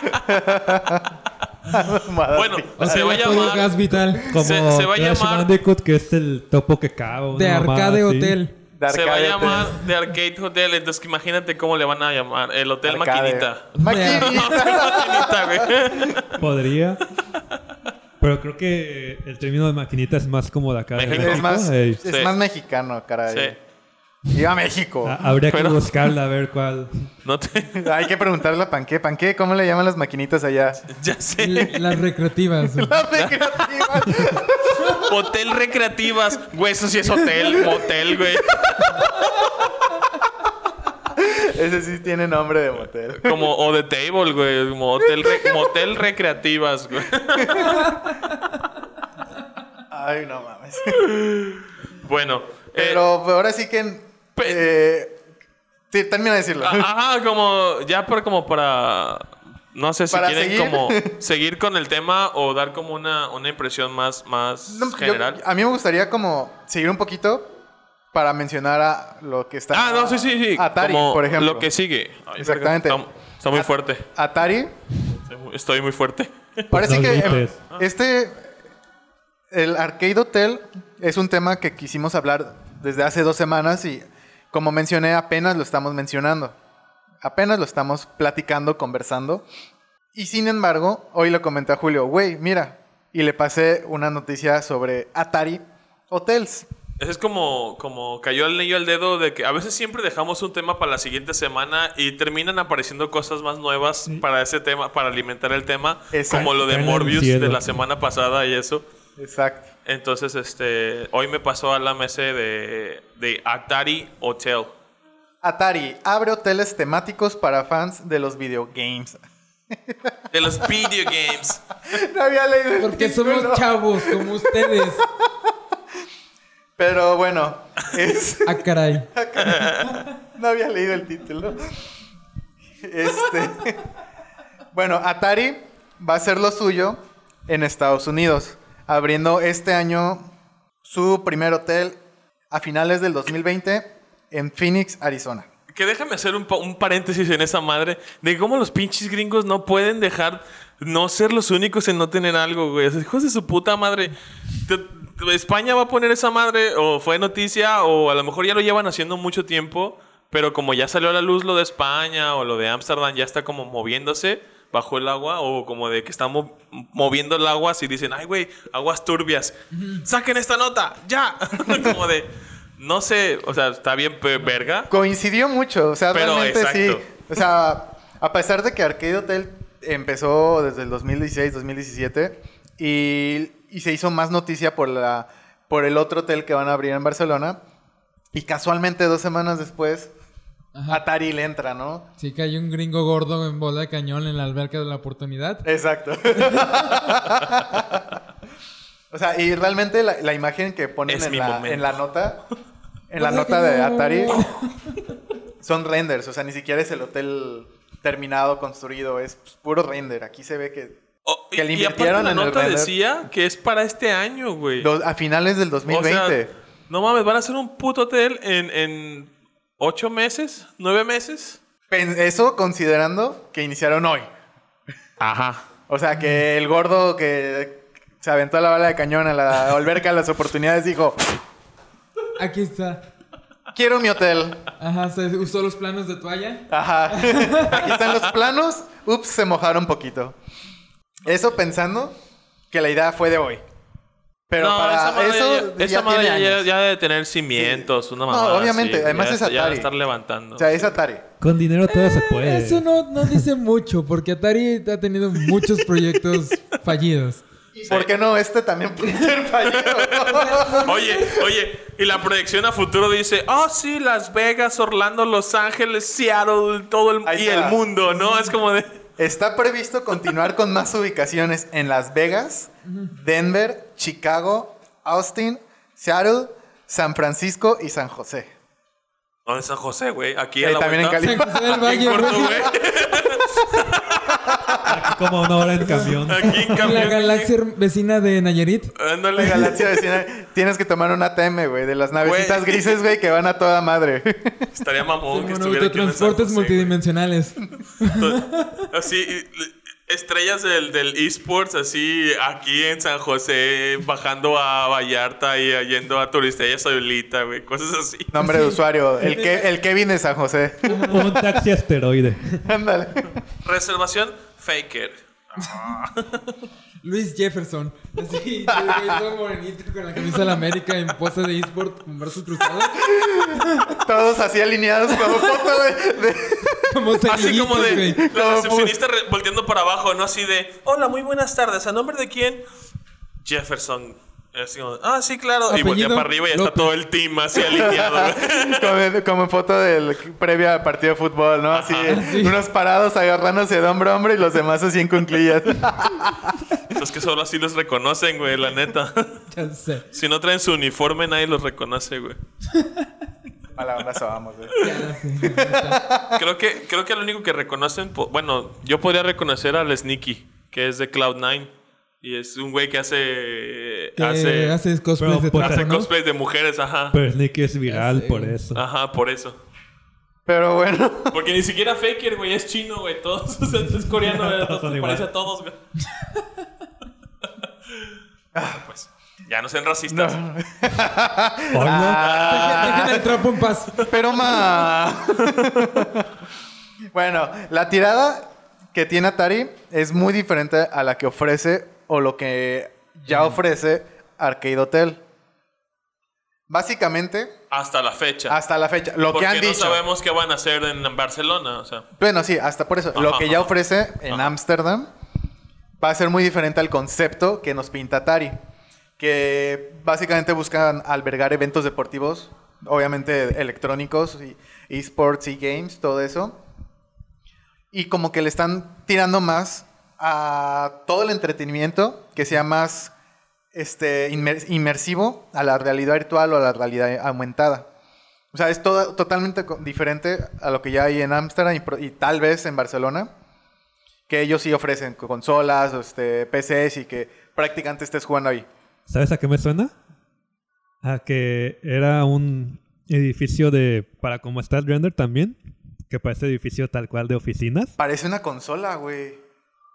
Speaker 2: Bueno,
Speaker 4: O
Speaker 2: se
Speaker 4: sea,
Speaker 2: va a
Speaker 4: todo
Speaker 2: llamar...
Speaker 4: gas vital.
Speaker 5: Como
Speaker 2: se- se va a
Speaker 5: Crash
Speaker 2: llamar-
Speaker 5: Bandicoot, que es el topo que cago.
Speaker 4: De
Speaker 5: una mamada
Speaker 4: arcade
Speaker 5: así.
Speaker 4: hotel.
Speaker 3: De
Speaker 2: Se va a
Speaker 3: arcade.
Speaker 2: llamar The Arcade Hotel, entonces que imagínate cómo le van a llamar. El Hotel
Speaker 3: Arcade.
Speaker 2: Maquinita. Maquinita,
Speaker 3: Maquinita.
Speaker 2: güey.
Speaker 5: Podría. Pero creo que el término de maquinita es más como de acá. de
Speaker 2: México.
Speaker 3: Es más,
Speaker 5: Ey.
Speaker 3: es
Speaker 2: Sí.
Speaker 3: más mexicano, caray.
Speaker 2: Sí.
Speaker 3: Viva México.
Speaker 5: Ha- Ah, Habría
Speaker 2: Pero-
Speaker 5: que buscarla a ver cuál.
Speaker 2: No te...
Speaker 3: Hay que preguntarle a Panqué. Panqué, ¿cómo le llaman las maquinitas allá?
Speaker 2: Ya sé.
Speaker 4: L- Las recreativas. güey.
Speaker 3: Las recreativas.
Speaker 2: Hotel Recreativas. Güey, eso sí es hotel. Motel, güey.
Speaker 3: Ese sí tiene nombre de motel.
Speaker 2: Como o The Table, güey. Como hotel, re- motel Recreativas, güey.
Speaker 3: Ay, no mames.
Speaker 2: Eh, Bueno, eh,
Speaker 3: Pero pues, ahora sí que. eh, sí, termina de decirlo.
Speaker 2: a- ajá, como ya por, como para no sé si
Speaker 3: Para
Speaker 2: quieren
Speaker 3: seguir.
Speaker 2: como seguir con el tema o dar como una, una impresión más más
Speaker 3: No, yo-
Speaker 2: general.
Speaker 3: a mí me gustaría como seguir un poquito para mencionar a lo que está.
Speaker 2: ah, no, sí, sí, sí.
Speaker 3: Atari,
Speaker 2: como
Speaker 3: por ejemplo.
Speaker 2: Lo que sigue. Ay,
Speaker 3: Exactamente. Ah.
Speaker 2: verga, Está, está muy fuerte.
Speaker 3: Atari.
Speaker 2: Estoy muy- Estoy muy fuerte.
Speaker 3: Parece
Speaker 5: no
Speaker 3: que em,
Speaker 5: grites.
Speaker 3: este. El Arcade Hotel es un tema que quisimos hablar desde hace dos semanas y, como mencioné, apenas lo estamos mencionando. Apenas lo estamos platicando, conversando. Y sin embargo, hoy le comenté a Julio, güey, mira. Y le pasé una noticia sobre Atari Hotels.
Speaker 2: Ese es como, como cayó el niño al dedo de que a veces siempre dejamos un tema para la siguiente semana y terminan apareciendo cosas más nuevas para ese tema, para alimentar el tema,
Speaker 3: Mm. Exacto.
Speaker 2: como lo de
Speaker 5: Caen del
Speaker 2: Morbius
Speaker 5: cielo.
Speaker 2: de la semana pasada y eso.
Speaker 3: Exacto.
Speaker 2: Entonces, este, hoy me pasó a la mesa de, de Atari Hotel.
Speaker 3: Atari abre hoteles temáticos para fans de los videogames.
Speaker 2: De los video games.
Speaker 3: no había leído. el
Speaker 4: Porque somos
Speaker 3: título.
Speaker 4: chavos como ustedes.
Speaker 3: Pero bueno, es-
Speaker 4: Ah, caray.
Speaker 3: no había leído el título. Este. Bueno, Atari va a hacer lo suyo en Estados Unidos, abriendo este año su primer hotel a finales del 2020 en Phoenix, Arizona.
Speaker 2: Que déjame hacer un, pa- un paréntesis en esa madre de cómo los pinches gringos no pueden dejar no ser los únicos en no tener algo, güey. O sea, hijos de su puta madre. Te- te- España va a poner esa madre, o fue noticia, o a lo mejor ya lo llevan haciendo mucho tiempo, pero como ya salió a la luz lo de España o lo de Ámsterdam, ya está como moviéndose bajo el agua, o como de que están mo- moviendo el agua, si dicen, ay, güey, aguas turbias, saquen esta nota, ya. como de, no sé, o sea, está bien, pe- verga.
Speaker 3: Coincidió mucho, o sea,
Speaker 2: Pero,
Speaker 3: realmente
Speaker 2: exacto.
Speaker 3: sí. O sea, a pesar de que Arcade Hotel empezó desde el 2016, 2017 y, y se hizo más noticia por la por el otro hotel que van a abrir en Barcelona y casualmente dos semanas después
Speaker 4: Ajá.
Speaker 3: Atari le entra, ¿no?
Speaker 4: Sí, que hay un gringo gordo en bola de cañón en la alberca de la oportunidad.
Speaker 3: Exacto. o sea, y realmente la, la imagen que ponen
Speaker 2: Es
Speaker 3: en
Speaker 2: mi
Speaker 3: la,
Speaker 2: momento.
Speaker 3: en la nota, en la nota de Atari, son renders. O sea, ni siquiera es el hotel terminado, construido, es pues, puro render. Aquí se ve que
Speaker 2: Oh,
Speaker 3: Que le
Speaker 2: y- y aparte
Speaker 3: invirtieron
Speaker 2: la
Speaker 3: en el
Speaker 2: nota
Speaker 3: render.
Speaker 2: decía que es para este año, güey.
Speaker 3: do- a finales del
Speaker 2: O
Speaker 3: 2020.
Speaker 2: sea, no mames, van a hacer un puto hotel en, en ocho meses, nueve meses.
Speaker 3: Pen- Eso considerando que iniciaron hoy.
Speaker 2: Ajá.
Speaker 3: O sea, que el gordo que se aventó la bala de cañón a la alberca de las oportunidades dijo,
Speaker 4: Aquí está.
Speaker 3: quiero mi hotel.
Speaker 4: Ajá, se usó los planos de toalla.
Speaker 3: Ajá. Aquí están los planos. Ups, se mojaron poquito. Eso pensando que la idea fue de hoy. Pero para
Speaker 2: esa madre
Speaker 3: eso
Speaker 2: ya,
Speaker 3: ya,
Speaker 2: esa madre
Speaker 3: tiene
Speaker 2: ya-
Speaker 3: años.
Speaker 2: ya debe tener cimientos, una
Speaker 3: No,
Speaker 2: mamada
Speaker 3: obviamente,
Speaker 2: así,
Speaker 3: además
Speaker 2: ya
Speaker 3: es
Speaker 2: está- Ya va a
Speaker 3: Atari.
Speaker 2: estar levantando.
Speaker 3: O sea, es Atari.
Speaker 5: Con dinero todo se
Speaker 2: Eh.
Speaker 5: puede.
Speaker 4: Eh, Eso no, no dice mucho, porque Atari ha tenido muchos proyectos fallidos.
Speaker 3: ¿Por qué no? Este también puede ser fallido.
Speaker 2: Oye, oye, y la proyección a futuro dice, oh sí, Las Vegas, Orlando, Los Ángeles, Seattle, todo el,
Speaker 3: Ahí
Speaker 2: y
Speaker 3: está.
Speaker 2: el mundo, ¿no? Es como de...
Speaker 3: Está previsto continuar con más ubicaciones en Las Vegas, Denver, Chicago, Austin, Seattle, San Francisco y San José.
Speaker 2: ¿Dónde es San José, güey? Aquí
Speaker 3: Eh,
Speaker 2: a la
Speaker 3: también en
Speaker 2: vuelta.
Speaker 4: San José del
Speaker 2: Aquí
Speaker 4: Valle,
Speaker 2: en Puerto,
Speaker 4: güey.
Speaker 2: güey.
Speaker 5: Como una hora en camión.
Speaker 2: Aquí en
Speaker 4: La
Speaker 2: camión.
Speaker 4: galaxia vecina de Nayarit.
Speaker 2: Ándale,
Speaker 3: La
Speaker 2: galaxia.
Speaker 3: galaxia vecina. Tienes que tomar un ATM, güey, de las navecitas
Speaker 2: Güey.
Speaker 3: grises, güey, que van a toda madre.
Speaker 2: pues, Estaría mamón que
Speaker 4: Bueno,
Speaker 2: estuviera aquí en el San
Speaker 4: autotransportes
Speaker 2: José,
Speaker 4: multidimensionales.
Speaker 2: güey. Así, y- estrellas del, del esports, así, aquí en San José, bajando a Vallarta y yendo a Turistella Solita, güey. Cosas así.
Speaker 3: Nombre de usuario, el, que, el Kevin de San José.
Speaker 5: Un taxi asteroide.
Speaker 3: Ándale.
Speaker 2: Reservación Faker.
Speaker 4: Luis Jefferson. Así, güey, todo morenito con la camisa de la América en pose de eSport con brazos cruzados.
Speaker 3: Todos así alineados como foto de, de-
Speaker 4: Como
Speaker 2: Así como de
Speaker 4: cerillitos, güey.
Speaker 2: la
Speaker 3: No,
Speaker 2: recepcionista re- volteando para abajo, ¿no? Así de, hola, muy buenas tardes. ¿A nombre de quién? Jefferson Así como, ah, sí, claro. Y voltea
Speaker 4: Apellido,
Speaker 2: para arriba y ya está
Speaker 4: López.
Speaker 2: todo el team así alineado. güey.
Speaker 3: Como, como foto del previa al partido de fútbol, ¿no? Así, eh,
Speaker 4: Sí.
Speaker 3: unos parados agarrándose de hombro a hombro y los demás así en cunclillas.
Speaker 2: Los que solo así los reconocen, güey, la neta.
Speaker 4: Ya sé.
Speaker 2: Si no traen su uniforme, nadie los reconoce, güey.
Speaker 3: A la onda sobamos, güey.
Speaker 4: Ya sé.
Speaker 2: Creo que, creo que lo único que reconocen, po- bueno, yo podría reconocer al Sneaky, que es de Cloud9. Y es un güey que hace.
Speaker 4: Que
Speaker 2: hace
Speaker 4: haces Eh, cosplays
Speaker 5: Pero,
Speaker 4: de
Speaker 5: pues,
Speaker 4: trapo,
Speaker 2: hace
Speaker 4: ¿no?
Speaker 2: cosplays de mujeres, ajá.
Speaker 5: Pero Sneaky es viral
Speaker 4: sé,
Speaker 5: por
Speaker 4: güey.
Speaker 5: eso.
Speaker 2: Ajá, por eso.
Speaker 3: Pero bueno,
Speaker 2: Porque ni siquiera Faker, güey, es chino, güey. Todos, o sea, es coreano, güey.
Speaker 5: Todos
Speaker 2: Todos
Speaker 5: son
Speaker 2: se parece
Speaker 5: igual.
Speaker 2: a todos, güey. Ah, pues, ya no sean racistas.
Speaker 3: Ah.
Speaker 4: Ah.
Speaker 5: Hola.
Speaker 4: Dejen dejen el trapo en paz.
Speaker 3: pero más. bueno, la tirada que tiene Atari es muy diferente a la que ofrece o lo que ya ofrece Arcade Hotel. Básicamente,
Speaker 2: Hasta la fecha.
Speaker 3: hasta la fecha, lo
Speaker 2: Porque
Speaker 3: que han
Speaker 2: no
Speaker 3: dicho.
Speaker 2: sabemos qué van a hacer en Barcelona, o sea.
Speaker 3: Bueno, sí, hasta por eso.
Speaker 2: Ajá,
Speaker 3: Lo que ya
Speaker 2: ajá.
Speaker 3: ofrece en
Speaker 2: Ajá.
Speaker 3: Ámsterdam va a ser muy diferente al concepto que nos pinta Atari. Que básicamente buscan albergar eventos deportivos, obviamente electrónicos, y- esports y games, todo eso. Y como que le están tirando más a todo el entretenimiento que sea más este, inmer- inmersivo a la realidad virtual o a la realidad aumentada. O sea, es toda- totalmente co- diferente a lo que ya hay en Ámsterdam y, pro- y tal vez en Barcelona, que ellos sí ofrecen co- consolas, o este, PCs y que prácticamente estés jugando ahí.
Speaker 5: ¿Sabes a qué me suena? A que era un edificio de. Para como está el render también. Que parece edificio tal cual de oficinas.
Speaker 3: Parece una consola, güey.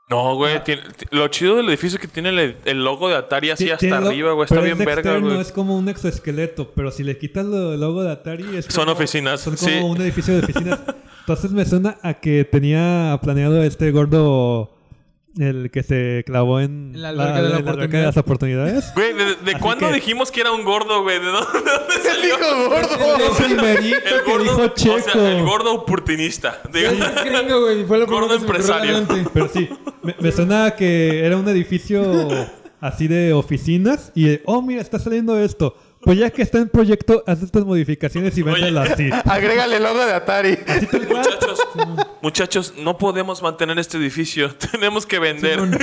Speaker 2: No, güey. tiene- ti- lo chido del edificio es que tiene el, el logo de Atari así
Speaker 5: Ti-
Speaker 2: hasta
Speaker 5: tiene lo-
Speaker 2: arriba, güey. Está
Speaker 5: pero
Speaker 2: bien
Speaker 5: es
Speaker 2: verga,
Speaker 5: externo,
Speaker 2: güey.
Speaker 5: Es como un exoesqueleto, pero si le quitas lo- el logo de Atari... Es
Speaker 2: Son
Speaker 5: como-
Speaker 2: oficinas,
Speaker 5: Son como
Speaker 2: sí.
Speaker 5: un edificio de oficinas. Entonces me suena a que tenía planeado este gordo... El que se clavó en
Speaker 4: En la alberca de la
Speaker 5: en alberca
Speaker 4: oportunidad.
Speaker 5: las oportunidades.
Speaker 2: Güey, ¿de, de
Speaker 5: Así
Speaker 2: cuándo
Speaker 5: que-
Speaker 2: dijimos que era un gordo, güey? ¿De dónde, de dónde
Speaker 3: ¡El hijo gordo!
Speaker 5: El primerito
Speaker 2: El
Speaker 5: que
Speaker 2: gordo,
Speaker 5: dijo Checo.
Speaker 2: o sea, el gordo oportunista. Digo,
Speaker 4: Es gringo, güey. Fue lo
Speaker 2: Gordo
Speaker 4: primero que se me
Speaker 2: empresario.
Speaker 4: ocurrió en la mente.
Speaker 5: Pero sí, me, me suena a que era un edificio así de oficinas y de, oh, mira, está saliendo esto. Pues ya que está en proyecto, haz estas modificaciones y
Speaker 2: Oye.
Speaker 5: véndelas así.
Speaker 3: Agrégale el logo de Atari.
Speaker 5: Así tal cual.
Speaker 2: muchachos, muchachos, no podemos mantener este edificio. Tenemos que vender.
Speaker 4: Simón.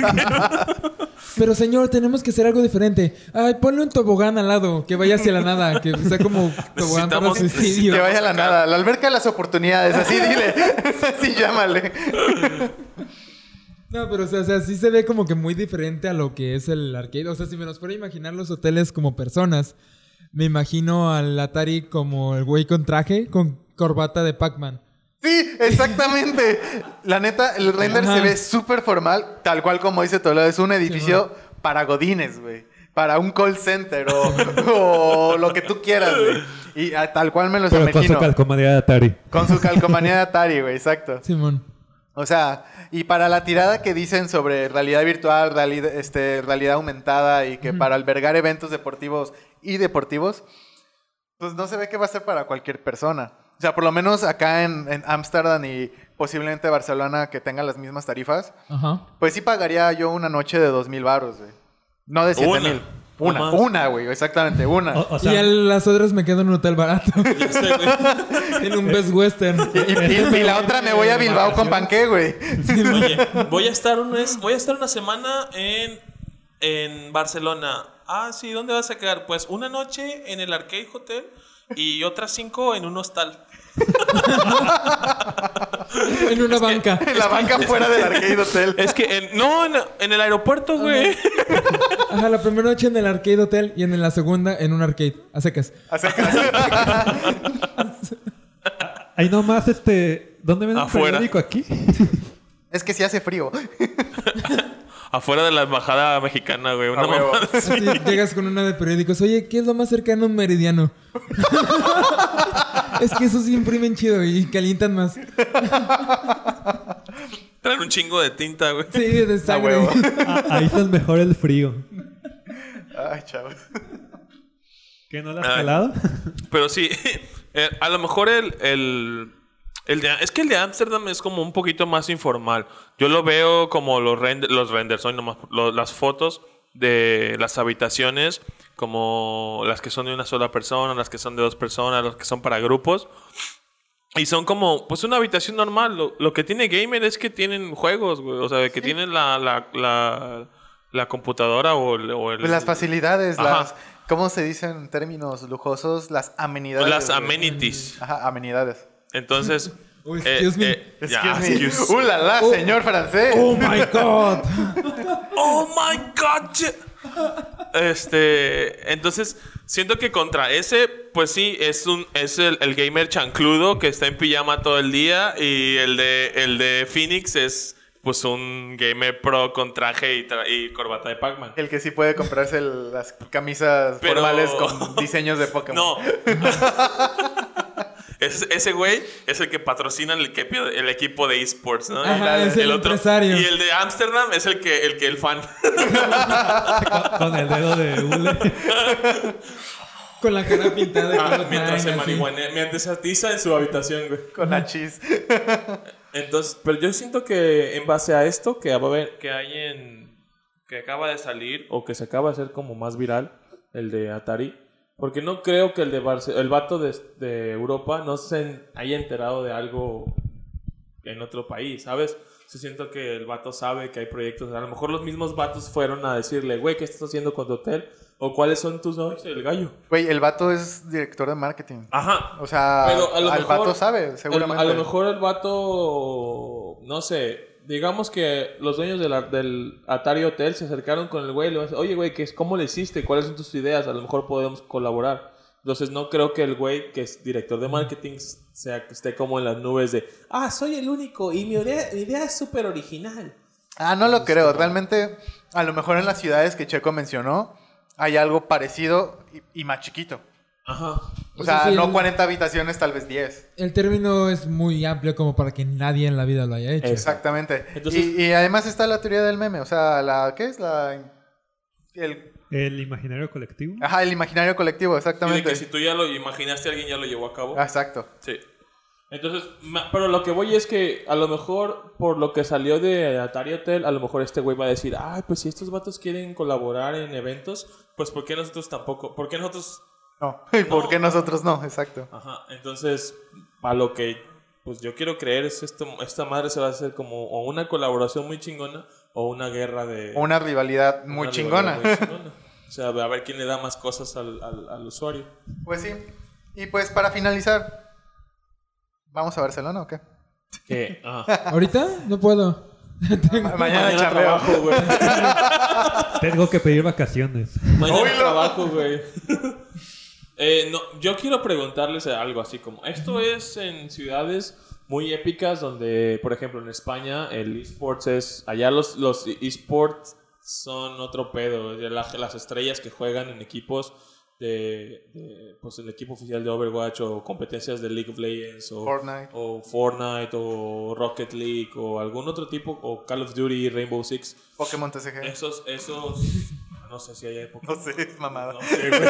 Speaker 4: Pero señor, tenemos que hacer algo diferente. Ay, ponle un tobogán al lado, que vaya hacia la nada, que sea como tobogán para
Speaker 2: Necesitamos-
Speaker 4: suicidio.
Speaker 3: Que
Speaker 2: vamos
Speaker 3: vaya a
Speaker 2: a
Speaker 3: la
Speaker 2: sacar.
Speaker 3: nada. La alberca de las oportunidades. Así dile. Así llámale.
Speaker 4: No, pero o sea, o sea, sí se ve como que muy diferente a lo que es el arcade. O sea, si me nos fuera a imaginar los hoteles como personas, me imagino al Atari como el güey con traje, con corbata de Pac-Man.
Speaker 3: Sí, exactamente. La neta, el render
Speaker 4: Ajá.
Speaker 3: se ve súper formal, tal cual como dice Toledo. Es un edificio para godines, güey. Para un call center o, o lo que tú quieras, güey. Y ah, tal cual me los
Speaker 5: Pero con su
Speaker 3: imagino.
Speaker 5: calcomanía de Atari.
Speaker 3: Con su calcomanía de Atari, güey, exacto.
Speaker 4: Simón.
Speaker 3: O sea, y para la tirada que dicen sobre realidad virtual, reali- este, realidad aumentada y que para albergar eventos deportivos y deportivos, pues no se ve que va a ser para cualquier persona. O sea, por lo menos acá en en Ámsterdam y posiblemente Barcelona que tengan las mismas tarifas,
Speaker 4: Ajá.
Speaker 3: pues sí pagaría yo una noche de 2.000 baros, güey. No de 7.000.
Speaker 2: Una.
Speaker 3: Una,
Speaker 2: No más.
Speaker 3: una, güey, exactamente, una.
Speaker 5: O, o sea,
Speaker 4: y a las otras me quedo en un hotel barato. en un Best Western.
Speaker 3: Y, y- y la otra me voy a Bilbao con panqué, güey.
Speaker 2: Oye, voy a estar un mes- voy a estar una semana en, en Barcelona. Ah, sí, ¿dónde vas a quedar? Pues una noche en el Arcade Hotel y otras cinco en un hostal.
Speaker 4: en una banca.
Speaker 3: En la banca fuera del Arcade Hotel.
Speaker 2: Es que en- no, en, en el aeropuerto, güey.
Speaker 4: Ajá, la primera noche en el arcade hotel y en la segunda en un arcade. A secas.
Speaker 3: Así que-
Speaker 5: ahí nomás, este... ¿Dónde venden
Speaker 2: Afuera.
Speaker 5: periódico aquí?
Speaker 3: Es que sí hace frío.
Speaker 2: Afuera de la embajada mexicana, güey. Una
Speaker 3: A huevo.
Speaker 2: mamada así.
Speaker 4: Así llegas con una de periódicos. Oye, ¿qué es lo más cercano a un meridiano? es que esos sí imprimen chido y calientan más.
Speaker 2: Traen un chingo de tinta, güey.
Speaker 4: Sí, de
Speaker 3: A
Speaker 4: sangre.
Speaker 3: huevo.
Speaker 5: Ah, ahí es mejor el frío.
Speaker 3: Ay, chavos.
Speaker 5: ¿Que no la has
Speaker 2: Ay.
Speaker 5: calado?
Speaker 2: Pero sí, eh, a lo mejor el, el, el de... Es que el de Ámsterdam es como un poquito más informal. Yo lo veo como los, render- los renders, hoy nomás, lo- las fotos de las habitaciones, como las que son de una sola persona, las que son de dos personas, las que son para grupos. Y son como, pues una habitación normal. Lo, lo que tiene Gamer es que tienen juegos, güey. O sea, que tienen la, la, la, la computadora o, el- o el-
Speaker 3: Pues las facilidades,
Speaker 2: Ajá.
Speaker 3: las. ¿Cómo se dice en términos lujosos? Las amenidades.
Speaker 2: las
Speaker 3: güey.
Speaker 2: amenities.
Speaker 3: Ajá, amenidades.
Speaker 2: Entonces. eh,
Speaker 4: Oh, excuse me.
Speaker 2: ya,
Speaker 3: Excuse me.
Speaker 2: excuse-
Speaker 3: ¡Uh, la, la, señor francés!
Speaker 2: Uh.
Speaker 4: ¡Oh, my God!
Speaker 2: Oh my god. che- Este, entonces siento que contra ese pues sí es un es el, el gamer chancludo que está en pijama todo el día y el de el de Phoenix es pues un gamer pro con traje y, tra- y corbata de Pac-Man.
Speaker 3: El que sí puede comprarse el- las camisas
Speaker 2: Pero-
Speaker 3: formales con diseños de Pokémon.
Speaker 2: No. Es- ese güey es el que patrocina el, que- el equipo de esports, ¿no?
Speaker 4: Ajá,
Speaker 2: Y la-
Speaker 4: es el empresario.
Speaker 2: Y el de Ámsterdam es el que el que el fan.
Speaker 5: Con, con el dedo de hule.
Speaker 4: Con la cara pintada.
Speaker 2: Ah,
Speaker 4: con
Speaker 2: mientras se
Speaker 4: Batman, así.
Speaker 2: marihuanea, mientras se atiza en su habitación, güey.
Speaker 3: Con la chis.
Speaker 2: Entonces, pero yo siento que en base a esto que va a haber, que hay en que acaba de salir o que se acaba de hacer como más viral el de Atari, porque no creo que el de Barce- el vato de, de Europa no se en- haya enterado de algo en otro país, ¿sabes? Yo siento que el vato sabe que hay proyectos, a lo mejor los mismos vatos fueron a decirle, "Güey, ¿qué estás haciendo con tu hotel?" o "¿Cuáles son tus nombres del gallo?"
Speaker 3: Güey, el vato es director de marketing.
Speaker 2: Ajá,
Speaker 3: O sea,
Speaker 2: Pero a lo
Speaker 3: al
Speaker 2: mejor-
Speaker 3: vato sabe, seguramente.
Speaker 2: A lo mejor el vato, no sé, digamos que los dueños de la- del Atari Hotel se acercaron con el güey y le van a decir, oye güey, ¿qué es, ¿cómo le hiciste? ¿Cuáles son tus ideas? A lo mejor podemos colaborar. Entonces no creo que el güey que es director de marketing sea, esté como en las nubes de, ah, soy el único y mi idea, mi idea es súper original.
Speaker 3: Ah, no
Speaker 2: Este
Speaker 3: lo creo. Realmente, a lo mejor en las ciudades que Checo mencionó, hay algo parecido y, y más chiquito.
Speaker 2: Ajá.
Speaker 3: O
Speaker 4: O
Speaker 3: sea,
Speaker 4: sea, sí,
Speaker 3: no
Speaker 4: el-
Speaker 3: 40 habitaciones, tal vez 10.
Speaker 4: El término es muy amplio como para que nadie en la vida lo haya hecho.
Speaker 2: Es-
Speaker 3: Exactamente.
Speaker 2: Entonces-
Speaker 3: y, y además está la teoría del meme. O sea, la ¿qué es? La, el,
Speaker 5: El imaginario colectivo.
Speaker 3: ajá, el imaginario colectivo,
Speaker 2: Y de
Speaker 3: exactamente.
Speaker 2: que si tú ya lo imaginaste, alguien ya lo llevó a cabo.
Speaker 3: Ah, Exacto.
Speaker 2: Sí. Entonces, ma- pero lo que voy es que a lo mejor por lo que salió de Atari Hotel, a lo mejor este güey va a decir, ay, pues si estos vatos quieren colaborar en eventos, pues ¿por qué nosotros tampoco? ¿Por qué nosotros?
Speaker 3: No. ¿Y por qué nosotros no? Exacto.
Speaker 2: Ajá, entonces, a lo que pues yo quiero creer es esto, esta madre se va a hacer como o una colaboración muy chingona o una guerra de...
Speaker 3: Una rivalidad muy
Speaker 2: una
Speaker 3: chingona.
Speaker 2: rivalidad muy chingona. O sea, a ver quién le da más cosas al, al- al usuario.
Speaker 3: Pues sí. Y pues para finalizar, ¿vamos a Barcelona o qué?
Speaker 2: Que, ah,
Speaker 4: ¿Ahorita? No puedo.
Speaker 3: Ma-
Speaker 2: mañana
Speaker 3: chambeo.
Speaker 2: trabajo, güey.
Speaker 5: Tengo que pedir vacaciones.
Speaker 2: Mañana
Speaker 3: Oílo.
Speaker 2: trabajo, güey. Eh, no, yo quiero preguntarles algo así como, esto es en ciudades muy épicas donde, por ejemplo, en España el esports es, allá los, los esports son otro pedo, de la- las estrellas que juegan en equipos de, de, pues el equipo oficial de Overwatch o competencias de League of Legends o
Speaker 3: Fortnite.
Speaker 2: o Fortnite o Rocket League o algún otro tipo o Call of Duty, Rainbow Six.
Speaker 3: Pokémon TCG.
Speaker 2: Esos, esos. No sé si hay época.
Speaker 3: No sé, es mamada.
Speaker 2: No sé, güey.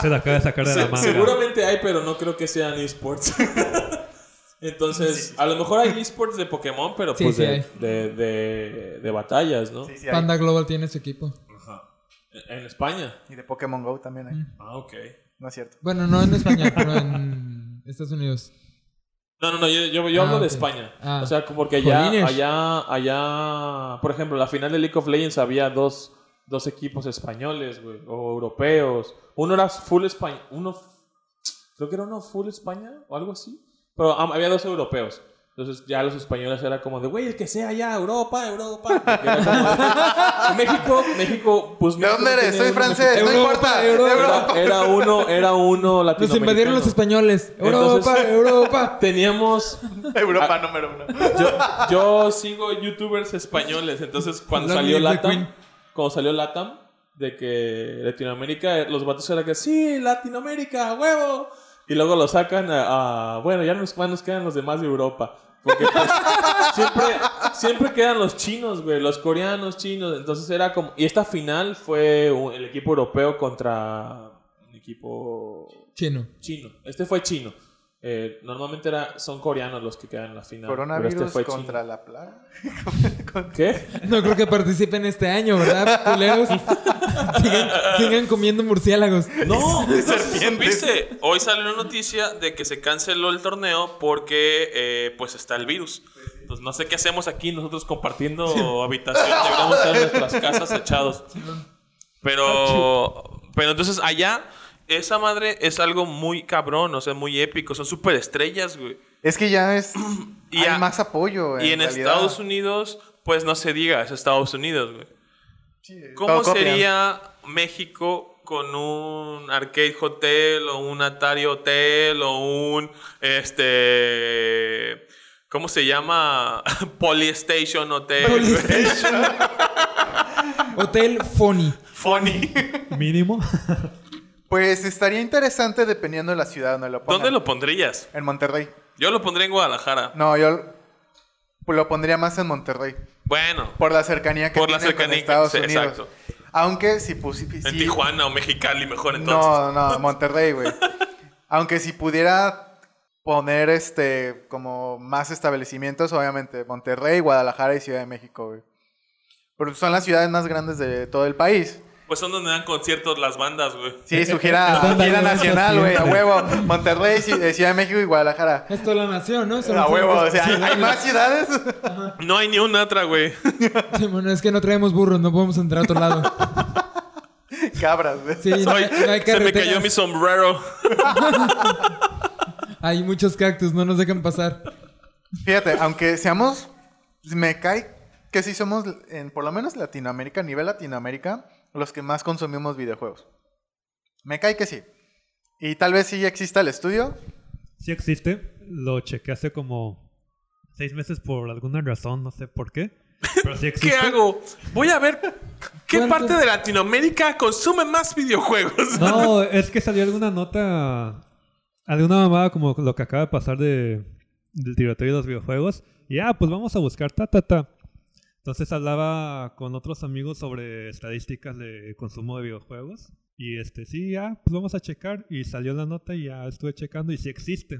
Speaker 5: Se la acaba de sacar de la
Speaker 2: Se-
Speaker 5: manga.
Speaker 2: seguramente hay, pero no creo que sean esports. Entonces, a lo mejor hay esports de Pokémon, pero
Speaker 4: Sí,
Speaker 2: pues
Speaker 4: sí
Speaker 2: de,
Speaker 4: hay.
Speaker 2: de- de- de batallas, ¿no?
Speaker 3: Sí, sí, hay.
Speaker 4: Panda Global tiene su equipo.
Speaker 2: Ajá. En en España.
Speaker 3: Y de Pokémon Go también hay.
Speaker 2: Ah, ok.
Speaker 3: No es cierto.
Speaker 4: Bueno, no en España, pero en Estados Unidos.
Speaker 2: No, no, no, yo, yo, yo
Speaker 4: Ah,
Speaker 2: hablo de
Speaker 4: ok.
Speaker 2: España.
Speaker 4: Ah.
Speaker 2: O sea, como porque allá,
Speaker 4: Jolines.
Speaker 2: allá, allá, por ejemplo, la final de League of Legends había dos, dos equipos españoles, güey, o europeos. Uno era full España, uno, f- creo que era uno full España o algo así. Pero am, había dos europeos. Entonces ya los españoles era como de, güey, el que sea allá, Europa, Europa. Porque era como de- México, México, pues...
Speaker 3: ¿De
Speaker 2: México
Speaker 3: dónde eres?
Speaker 2: tenía
Speaker 3: Soy
Speaker 2: un-
Speaker 3: francés, no
Speaker 4: Europa,
Speaker 3: importa.
Speaker 4: Europa.
Speaker 3: Europa.
Speaker 2: Era, era uno, era uno
Speaker 4: Nos
Speaker 2: latinoamericano.
Speaker 4: invadieron los españoles. Europa,
Speaker 2: Entonces-
Speaker 4: Europa.
Speaker 2: Teníamos
Speaker 3: Europa número uno.
Speaker 2: yo, yo sigo youtubers españoles, entonces cuando
Speaker 4: Love
Speaker 2: salió
Speaker 4: me, the
Speaker 2: Latam,
Speaker 4: Queen.
Speaker 2: cuando salió Latam, de que Latinoamérica, eh, los vatos eran que sí, Latinoamérica, huevo. Y luego lo sacan a, a- bueno, ya nos, nos quedan los demás de Europa. Porque pues, siempre, siempre quedan los chinos, güey, los coreanos, chinos. Entonces era como, y esta final fue un- el equipo europeo contra un equipo
Speaker 4: Chino.
Speaker 2: chino. Este fue chino. Eh, normalmente era, son coreanos los que quedan en la final. pero
Speaker 3: Coronavirus
Speaker 2: este fue
Speaker 3: contra la plaga.
Speaker 2: chino. ¿Qué?
Speaker 4: No creo que participen este año, ¿verdad, culeros? sigan, sigan comiendo murciélagos.
Speaker 2: No,
Speaker 3: serpientes.
Speaker 2: ¿supiste? Hoy salió la noticia de que se canceló el torneo porque eh, pues está el virus. Entonces no sé qué hacemos aquí nosotros compartiendo habitación. Deberíamos estar en nuestras casas echados. Pero, pero entonces allá esa madre es algo muy cabrón, o sea, muy épico. Son superestrellas, güey.
Speaker 3: Es que ya es.
Speaker 2: Y
Speaker 3: hay
Speaker 2: a-
Speaker 3: más apoyo.
Speaker 2: Y en
Speaker 3: realidad.
Speaker 2: Estados Unidos, pues no se diga, es Estados Unidos, güey.
Speaker 3: Sí, eh.
Speaker 2: ¿Cómo
Speaker 3: todo copian.
Speaker 2: sería México con un arcade hotel o un Atari hotel o un este ¿cómo se llama? Polystation hotel. Eh, güey.
Speaker 4: Polystation. Hotel Phony.
Speaker 2: Funny.
Speaker 5: Mínimo.
Speaker 3: Pues estaría interesante dependiendo de la ciudad donde lo pongan.
Speaker 2: ¿Dónde lo pondrías?
Speaker 3: En Monterrey.
Speaker 2: Yo lo pondría en Guadalajara.
Speaker 3: No, yo lo- lo pondría más en Monterrey.
Speaker 2: Bueno,
Speaker 3: Por la cercanía que
Speaker 2: Por la
Speaker 3: tiene con
Speaker 2: cercanía,
Speaker 3: Estados
Speaker 2: sí,
Speaker 3: Unidos.
Speaker 2: exacto.
Speaker 3: Aunque si pusi-
Speaker 2: en
Speaker 3: si-
Speaker 2: Tijuana o Mexicali mejor entonces.
Speaker 3: No, no, Monterrey, güey. Aunque si pudiera poner este como más establecimientos, obviamente Monterrey, Guadalajara y Ciudad de México, güey. Porque son las ciudades más grandes de todo el país.
Speaker 2: Pues son donde dan conciertos las bandas, güey.
Speaker 3: Sí, su gira,
Speaker 5: Banda
Speaker 3: gira
Speaker 5: nueva
Speaker 3: nacional, güey, a
Speaker 5: siempre.
Speaker 3: huevo. Monterrey, Ci- eh, Ciudad de México y Guadalajara.
Speaker 4: Es toda la nación, ¿no? Son-
Speaker 3: A
Speaker 4: son-
Speaker 3: huevo, o sea,
Speaker 4: Sí,
Speaker 3: ¿hay- ¿hay más ciudades?
Speaker 2: No hay ni una otra, güey.
Speaker 4: sí, bueno, es que no traemos burros, no podemos entrar a otro lado.
Speaker 3: Cabras, güey.
Speaker 4: Sí, no hay,
Speaker 2: Ay,
Speaker 4: no hay
Speaker 2: se me
Speaker 4: carreteras.
Speaker 2: cayó mi sombrero.
Speaker 4: Hay muchos cactus, no nos dejan pasar.
Speaker 3: Fíjate, aunque seamos, pues, me cae que sí somos, en por lo menos Latinoamérica, a nivel Latinoamérica, los que más consumimos videojuegos. Me cae que sí. Y tal vez sí exista el estudio.
Speaker 5: Sí existe. Lo chequé hace como seis meses por alguna razón, no sé por qué. Pero sí existe.
Speaker 2: ¿Qué hago? Voy a ver qué
Speaker 4: ¿Cuánto?
Speaker 2: parte de Latinoamérica consume más videojuegos.
Speaker 5: No, es que salió alguna nota, alguna mamada como lo que acaba de pasar de, del tiroteo de los videojuegos. Y ah, pues vamos a buscar ta, ta, ta. Entonces hablaba con otros amigos sobre estadísticas de consumo de videojuegos. Y este, sí, ah, pues vamos a checar. Y salió la nota y ya estuve checando y si existe.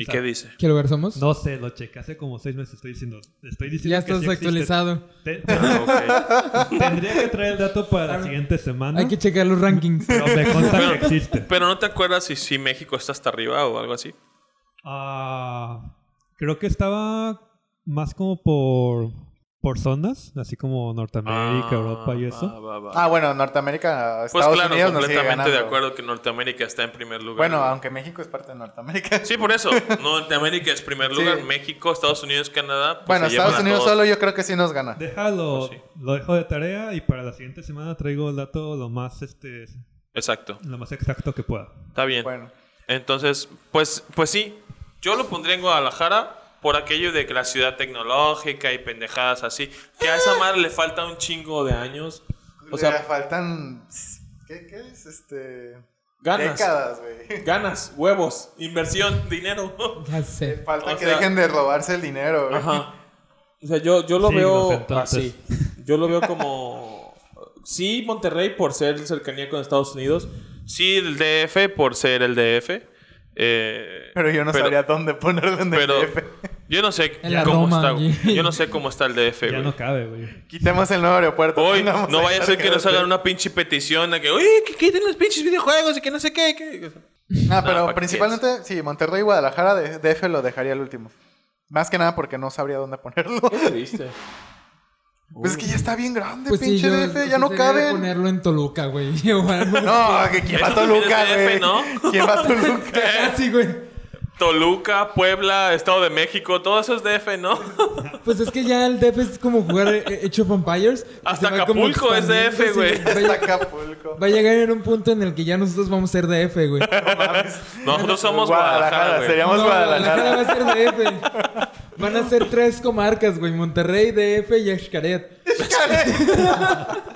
Speaker 2: ¿Y qué dice?
Speaker 4: ¿Qué lugar somos?
Speaker 5: No sé, lo chequé hace como seis meses, estoy diciendo. Estoy diciendo
Speaker 4: ya
Speaker 5: que
Speaker 4: estás
Speaker 5: sí existe.
Speaker 4: actualizado.
Speaker 5: Te-
Speaker 2: Ah, ok.
Speaker 5: tendría que traer el dato para la siguiente semana.
Speaker 4: Hay que checar los rankings.
Speaker 5: Pero me consta que existe.
Speaker 2: Pero no te acuerdas si, si México está hasta arriba o algo así.
Speaker 5: Ah, creo que estaba más como por por zonas, así como Norteamérica,
Speaker 2: Ah,
Speaker 5: Europa y eso.
Speaker 2: va, va, va.
Speaker 3: Ah, bueno, Norteamérica, Estados
Speaker 2: pues claro,
Speaker 3: Unidos nos sigue
Speaker 2: completamente de
Speaker 3: ganando.
Speaker 2: acuerdo que Norteamérica está en primer lugar.
Speaker 3: Bueno,
Speaker 2: güey. Pues
Speaker 3: aunque México es parte de Norteamérica.
Speaker 2: Sí, por eso. Norteamérica es primer
Speaker 3: Sí.
Speaker 2: lugar. México, Estados Unidos, Canadá. pues,
Speaker 3: bueno,
Speaker 2: se llevan
Speaker 3: Estados
Speaker 2: a
Speaker 3: Unidos
Speaker 2: todos.
Speaker 3: solo yo creo que sí nos gana.
Speaker 5: Déjalo,
Speaker 2: Pues sí.
Speaker 5: lo dejo de tarea y para la siguiente semana traigo el dato lo más este
Speaker 2: Exacto.
Speaker 5: lo más exacto que pueda.
Speaker 2: Está bien.
Speaker 3: Bueno,
Speaker 2: Entonces, pues, pues sí, yo lo pondría en Guadalajara por aquello de que la ciudad tecnológica y pendejadas así, que a esa madre le falta un chingo de años. O
Speaker 3: Le
Speaker 2: sea,
Speaker 3: faltan... ¿Qué, qué es? Este...
Speaker 2: ganas,
Speaker 3: Décadas, güey.
Speaker 2: ganas, huevos, inversión, dinero.
Speaker 4: Ya sé.
Speaker 3: Falta
Speaker 2: O
Speaker 3: que
Speaker 2: sea-
Speaker 3: dejen de robarse el dinero, güey.
Speaker 2: Ajá. O sea, yo, yo lo
Speaker 5: Sí,
Speaker 2: veo
Speaker 5: los entonces.
Speaker 2: así. Yo lo veo como... Sí, Monterrey por ser cercanía con Estados Unidos. Sí, el DF por ser el DF. Eh,
Speaker 3: Pero yo no sabría dónde ponerlo en el
Speaker 2: pero
Speaker 3: DF.
Speaker 2: yo no sé
Speaker 4: En la
Speaker 2: cómo
Speaker 4: Roma,
Speaker 2: está,
Speaker 4: allí.
Speaker 2: güey. yo no sé cómo está el DF,
Speaker 5: ya
Speaker 2: güey.
Speaker 5: no cabe, güey.
Speaker 3: Quitemos el nuevo aeropuerto.
Speaker 2: Hoy
Speaker 3: Pongamos
Speaker 2: no
Speaker 3: ahí
Speaker 2: vaya a ser que nos
Speaker 3: cargador.
Speaker 2: hagan una pinche petición a que, uy, que quiten los pinches videojuegos y que no sé qué. que-".
Speaker 3: No,
Speaker 2: No,
Speaker 3: pero
Speaker 2: ¿para qué
Speaker 3: principalmente, sí, Monterrey y Guadalajara, de- DF lo dejaría el último. Más que nada porque no sabría dónde ponerlo.
Speaker 2: Qué triste.
Speaker 3: Pues es que ya está bien grande,
Speaker 4: Pues sí,
Speaker 3: pinche
Speaker 4: yo-
Speaker 3: DF,
Speaker 4: sí
Speaker 3: ya no
Speaker 4: sería de
Speaker 3: caben.
Speaker 4: ponerlo en Toluca, güey. O algo
Speaker 3: No, que quién va a
Speaker 2: Eso también
Speaker 3: Toluca,
Speaker 2: es DF,
Speaker 3: güey.
Speaker 2: ¿no?
Speaker 3: ¿Quién va a Toluca?
Speaker 4: así, güey.
Speaker 2: Toluca, Puebla, Estado de México, todo eso es DF, ¿no?
Speaker 4: Pues es que ya el DF es como jugar hecho of Empires. que
Speaker 2: Hasta
Speaker 4: se va como
Speaker 2: Acapulco es DF,
Speaker 4: expandiendo, sí,
Speaker 3: Hasta
Speaker 4: Va, a-
Speaker 3: Acapulco.
Speaker 4: va a llegar en un punto en el que ya nosotros vamos a ser DF, güey.
Speaker 2: Nosotros somos Guadalajara,
Speaker 3: Guadalajara,
Speaker 2: güey.
Speaker 3: seríamos
Speaker 4: No,
Speaker 3: Guadalajara.
Speaker 4: va a ser DF. Van a ser tres comarcas, güey. Monterrey, DF y Xcaret.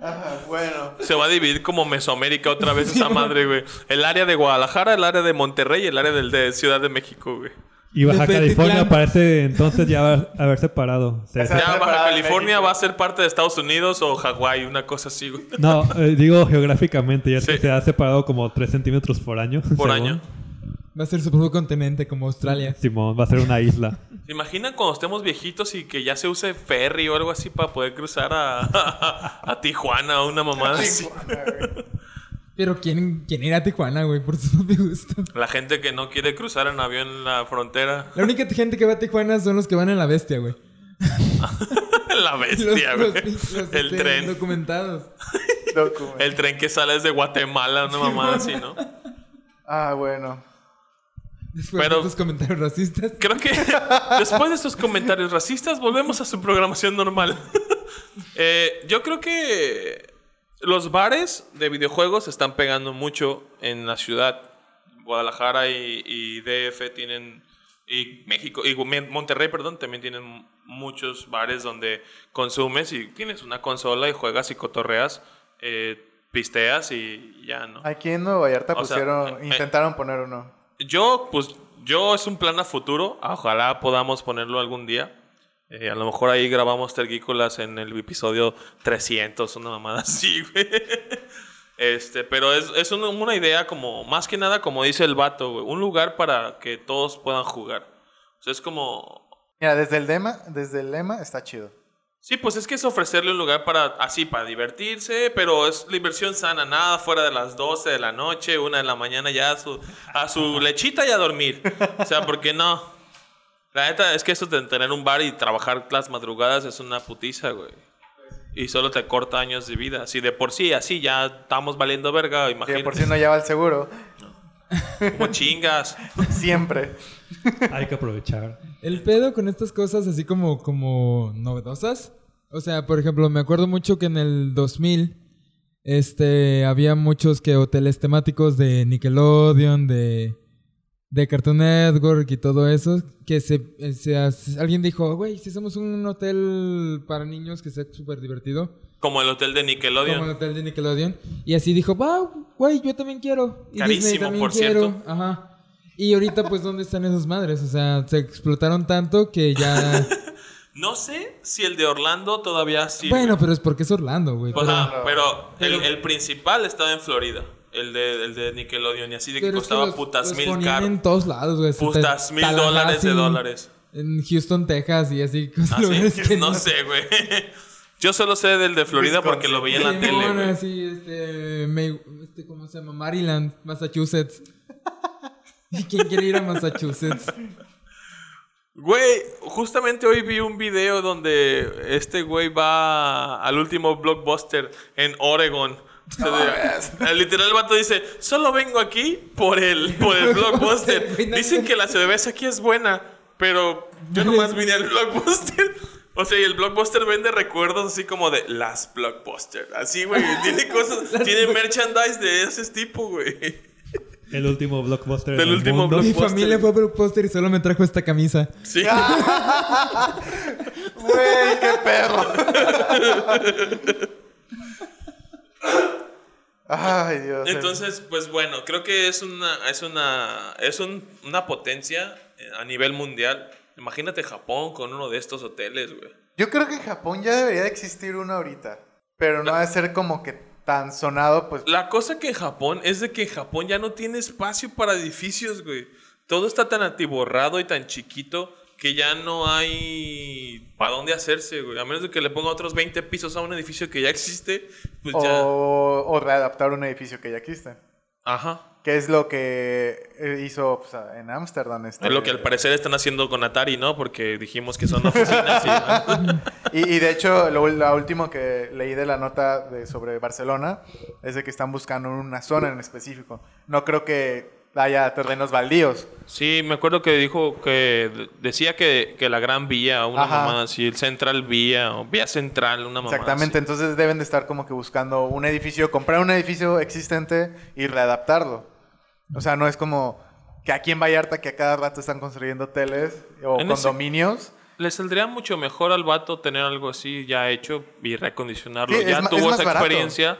Speaker 3: Ah, bueno.
Speaker 2: Se va a dividir como Mesoamérica otra vez esa madre, güey. El área de Guadalajara, el área de Monterrey y el área del de Ciudad de México, güey.
Speaker 5: Y Baja
Speaker 4: Defectitlán.
Speaker 5: California parece entonces ya haber- haberse parado. Se-
Speaker 3: Esa-
Speaker 2: Ya Baja
Speaker 3: Separada de
Speaker 2: California
Speaker 3: México.
Speaker 2: va a ser parte de Estados Unidos o Hawái, una cosa así, güey.
Speaker 5: no, eh, digo geográficamente, ya es que
Speaker 2: Sí.
Speaker 5: se ha separado como 3 centímetros por año.
Speaker 2: Por
Speaker 5: según.
Speaker 2: año.
Speaker 4: Va a ser su propio continente como Australia.
Speaker 5: Simón, va a ser una isla.
Speaker 2: ¿Se imaginan cuando estemos viejitos y que ya se use ferry o algo así para poder cruzar a, a, a Tijuana o una mamada así?
Speaker 3: Tijuana, güey.
Speaker 4: Pero ¿quién, quién irá a Tijuana, güey? Por su propio gusto.
Speaker 2: La gente que no quiere cruzar en avión la frontera.
Speaker 4: La única gente que va a Tijuana son los que van en la bestia, güey.
Speaker 2: la bestia, güey.
Speaker 4: Los- los- los,
Speaker 2: El
Speaker 4: este,
Speaker 2: tren.
Speaker 4: Documentados.
Speaker 3: Docu, güey.
Speaker 2: El tren que sale desde Guatemala, una mamada así, ¿no?
Speaker 3: Ah, bueno.
Speaker 4: Después
Speaker 2: Pero-
Speaker 4: de estos comentarios racistas.
Speaker 2: Creo que después de estos comentarios racistas volvemos a su programación normal. Eh, yo creo que los bares de videojuegos están pegando mucho en la ciudad. Guadalajara y, y DF tienen y México y Mon- Monterrey, perdón, también tienen muchos bares donde consumes y tienes una consola y juegas y cotorreas, eh, pisteas y ya, ¿no?
Speaker 3: Aquí en Nueva Vallarta
Speaker 2: O sea,
Speaker 3: pusieron,
Speaker 2: eh, eh.
Speaker 3: intentaron poner uno.
Speaker 2: Yo, pues, yo es un plan a futuro. Ojalá podamos ponerlo algún día. Eh, a lo mejor ahí grabamos tergícolas en el episodio 300, una mamada así, güey. Este, pero es, es un- una idea como, más que nada, como dice el vato, güey. Un lugar para que todos puedan jugar. O sea, es como...
Speaker 3: Mira, desde el lema, desde el lema está chido.
Speaker 2: Sí, pues es que es ofrecerle un lugar para, así, para divertirse, pero es la inversión sana, nada fuera de las 12 de la noche, una de la mañana ya a su, a su lechita y a dormir. O sea, porque no. La neta es que eso de tener un bar y trabajar las madrugadas es una putiza, güey. Y solo te corta años de vida. Si de por sí así ya estamos valiendo verga,
Speaker 3: Que de
Speaker 2: imagínate.
Speaker 3: por si no lleva el seguro.
Speaker 2: Como chingas.
Speaker 3: Siempre.
Speaker 5: Hay que aprovechar.
Speaker 4: El pedo con estas cosas así como, como novedosas. O sea, por ejemplo, me acuerdo mucho que en el 2000 este, había muchos que hoteles temáticos de Nickelodeon, de, de Cartoon Network y todo eso. Que se, eh, se hace- alguien dijo, güey, si hacemos un hotel para niños que sea súper divertido.
Speaker 2: Como el hotel de
Speaker 4: Como el
Speaker 2: Nickelodeon.
Speaker 4: hotel de Nickelodeon. Y así dijo, wow, güey, yo también quiero. Y Disney
Speaker 2: Carísimo,
Speaker 4: también
Speaker 2: por
Speaker 4: quiero.
Speaker 2: cierto.
Speaker 4: Ajá. Y ahorita, pues, ¿dónde están esas madres? O sea, se explotaron tanto que ya.
Speaker 2: No sé si el de Orlando todavía sí.
Speaker 4: bueno, pero es porque es Orlando, güey.
Speaker 2: Pues,
Speaker 4: pero-
Speaker 2: ah, pero,
Speaker 4: pero-
Speaker 2: el, el principal estaba en Florida, el de, el de Nickelodeon, y así de que
Speaker 4: pero es
Speaker 2: costaba
Speaker 4: los-
Speaker 2: putas
Speaker 4: los
Speaker 2: mil
Speaker 4: ponían
Speaker 2: caro.
Speaker 4: en todos lados, güey. hasta
Speaker 2: Putas mil dólares de
Speaker 4: Tallahassee,
Speaker 2: dólares.
Speaker 4: En Houston, Texas y así.
Speaker 2: Ah, sí,
Speaker 4: lugares que
Speaker 2: no sé, güey. Yo solo sé del de Florida porque lo veía en la
Speaker 4: Simón,
Speaker 2: tele, güey.
Speaker 4: así, este, May- este, ¿Cómo se llama? Maryland, Massachusetts. ¿Y quién quiere ir a Massachusetts?
Speaker 2: Güey, justamente hoy vi un video donde este güey va al último blockbuster en Oregon. O sea, de- eh, literal, el vato dice: Solo vengo aquí por el, por el blockbuster.
Speaker 4: Güey, no
Speaker 2: Dicen
Speaker 4: sé.
Speaker 2: que la cerveza aquí es buena, pero yo nomás vine al blockbuster. O sea, y el blockbuster vende recuerdos así como de las blockbuster. Así, güey, tiene cosas, tiene merchandise de ese tipo, güey.
Speaker 5: El último blockbuster
Speaker 2: Del
Speaker 5: del
Speaker 2: último
Speaker 5: último mundo.
Speaker 4: Mi
Speaker 2: blockbuster. Póster.
Speaker 4: familia fue a ver un póster y solo me trajo esta camisa.
Speaker 2: Sí.
Speaker 4: Ah,
Speaker 3: Güey, qué perro. Ay, Dios.
Speaker 2: Entonces, pues bueno, creo que es una es una es un- una potencia eh, a nivel mundial. Imagínate Japón con uno de estos hoteles, güey.
Speaker 3: Yo creo que en Japón ya debería de existir uno ahorita. Pero no ha de ser como que tan sonado, pues.
Speaker 2: La cosa que en Japón es de que en Japón ya no tiene espacio para edificios, güey. Todo está tan atiborrado y tan chiquito que ya no hay para dónde hacerse, güey. A menos de que le ponga otros 20 pisos a un edificio que ya existe, pues
Speaker 3: Oh.
Speaker 2: ya.
Speaker 3: O, o readaptar un edificio que ya existe.
Speaker 2: Ajá.
Speaker 3: Que es lo que eh, hizo pues, a- en Ámsterdam. Este,
Speaker 2: Es lo que al parecer están haciendo con Atari, ¿no? Porque dijimos que son oficinas y...
Speaker 3: Y, y de hecho, lo, lo último que leí de la nota de, sobre Barcelona es de que están buscando una zona en específico. No creo que haya terrenos baldíos.
Speaker 2: Sí, me acuerdo que dijo que de- decía que, que la Gran Vía, una
Speaker 3: Ajá.
Speaker 2: mamá así, el Central Vía, o Vía Central, una mamá
Speaker 3: Exactamente, entonces deben de estar como que buscando un edificio, comprar un edificio existente y readaptarlo. O sea, no es como que aquí en Vallarta que a cada rato están construyendo hoteles o
Speaker 2: En ese-
Speaker 3: condominios.
Speaker 2: así. Le saldría mucho mejor al vato tener algo así ya hecho y recondicionarlo.
Speaker 3: Sí, es
Speaker 2: ya
Speaker 3: ma- es
Speaker 2: tuvo
Speaker 3: más
Speaker 2: esa
Speaker 3: barato.
Speaker 2: experiencia,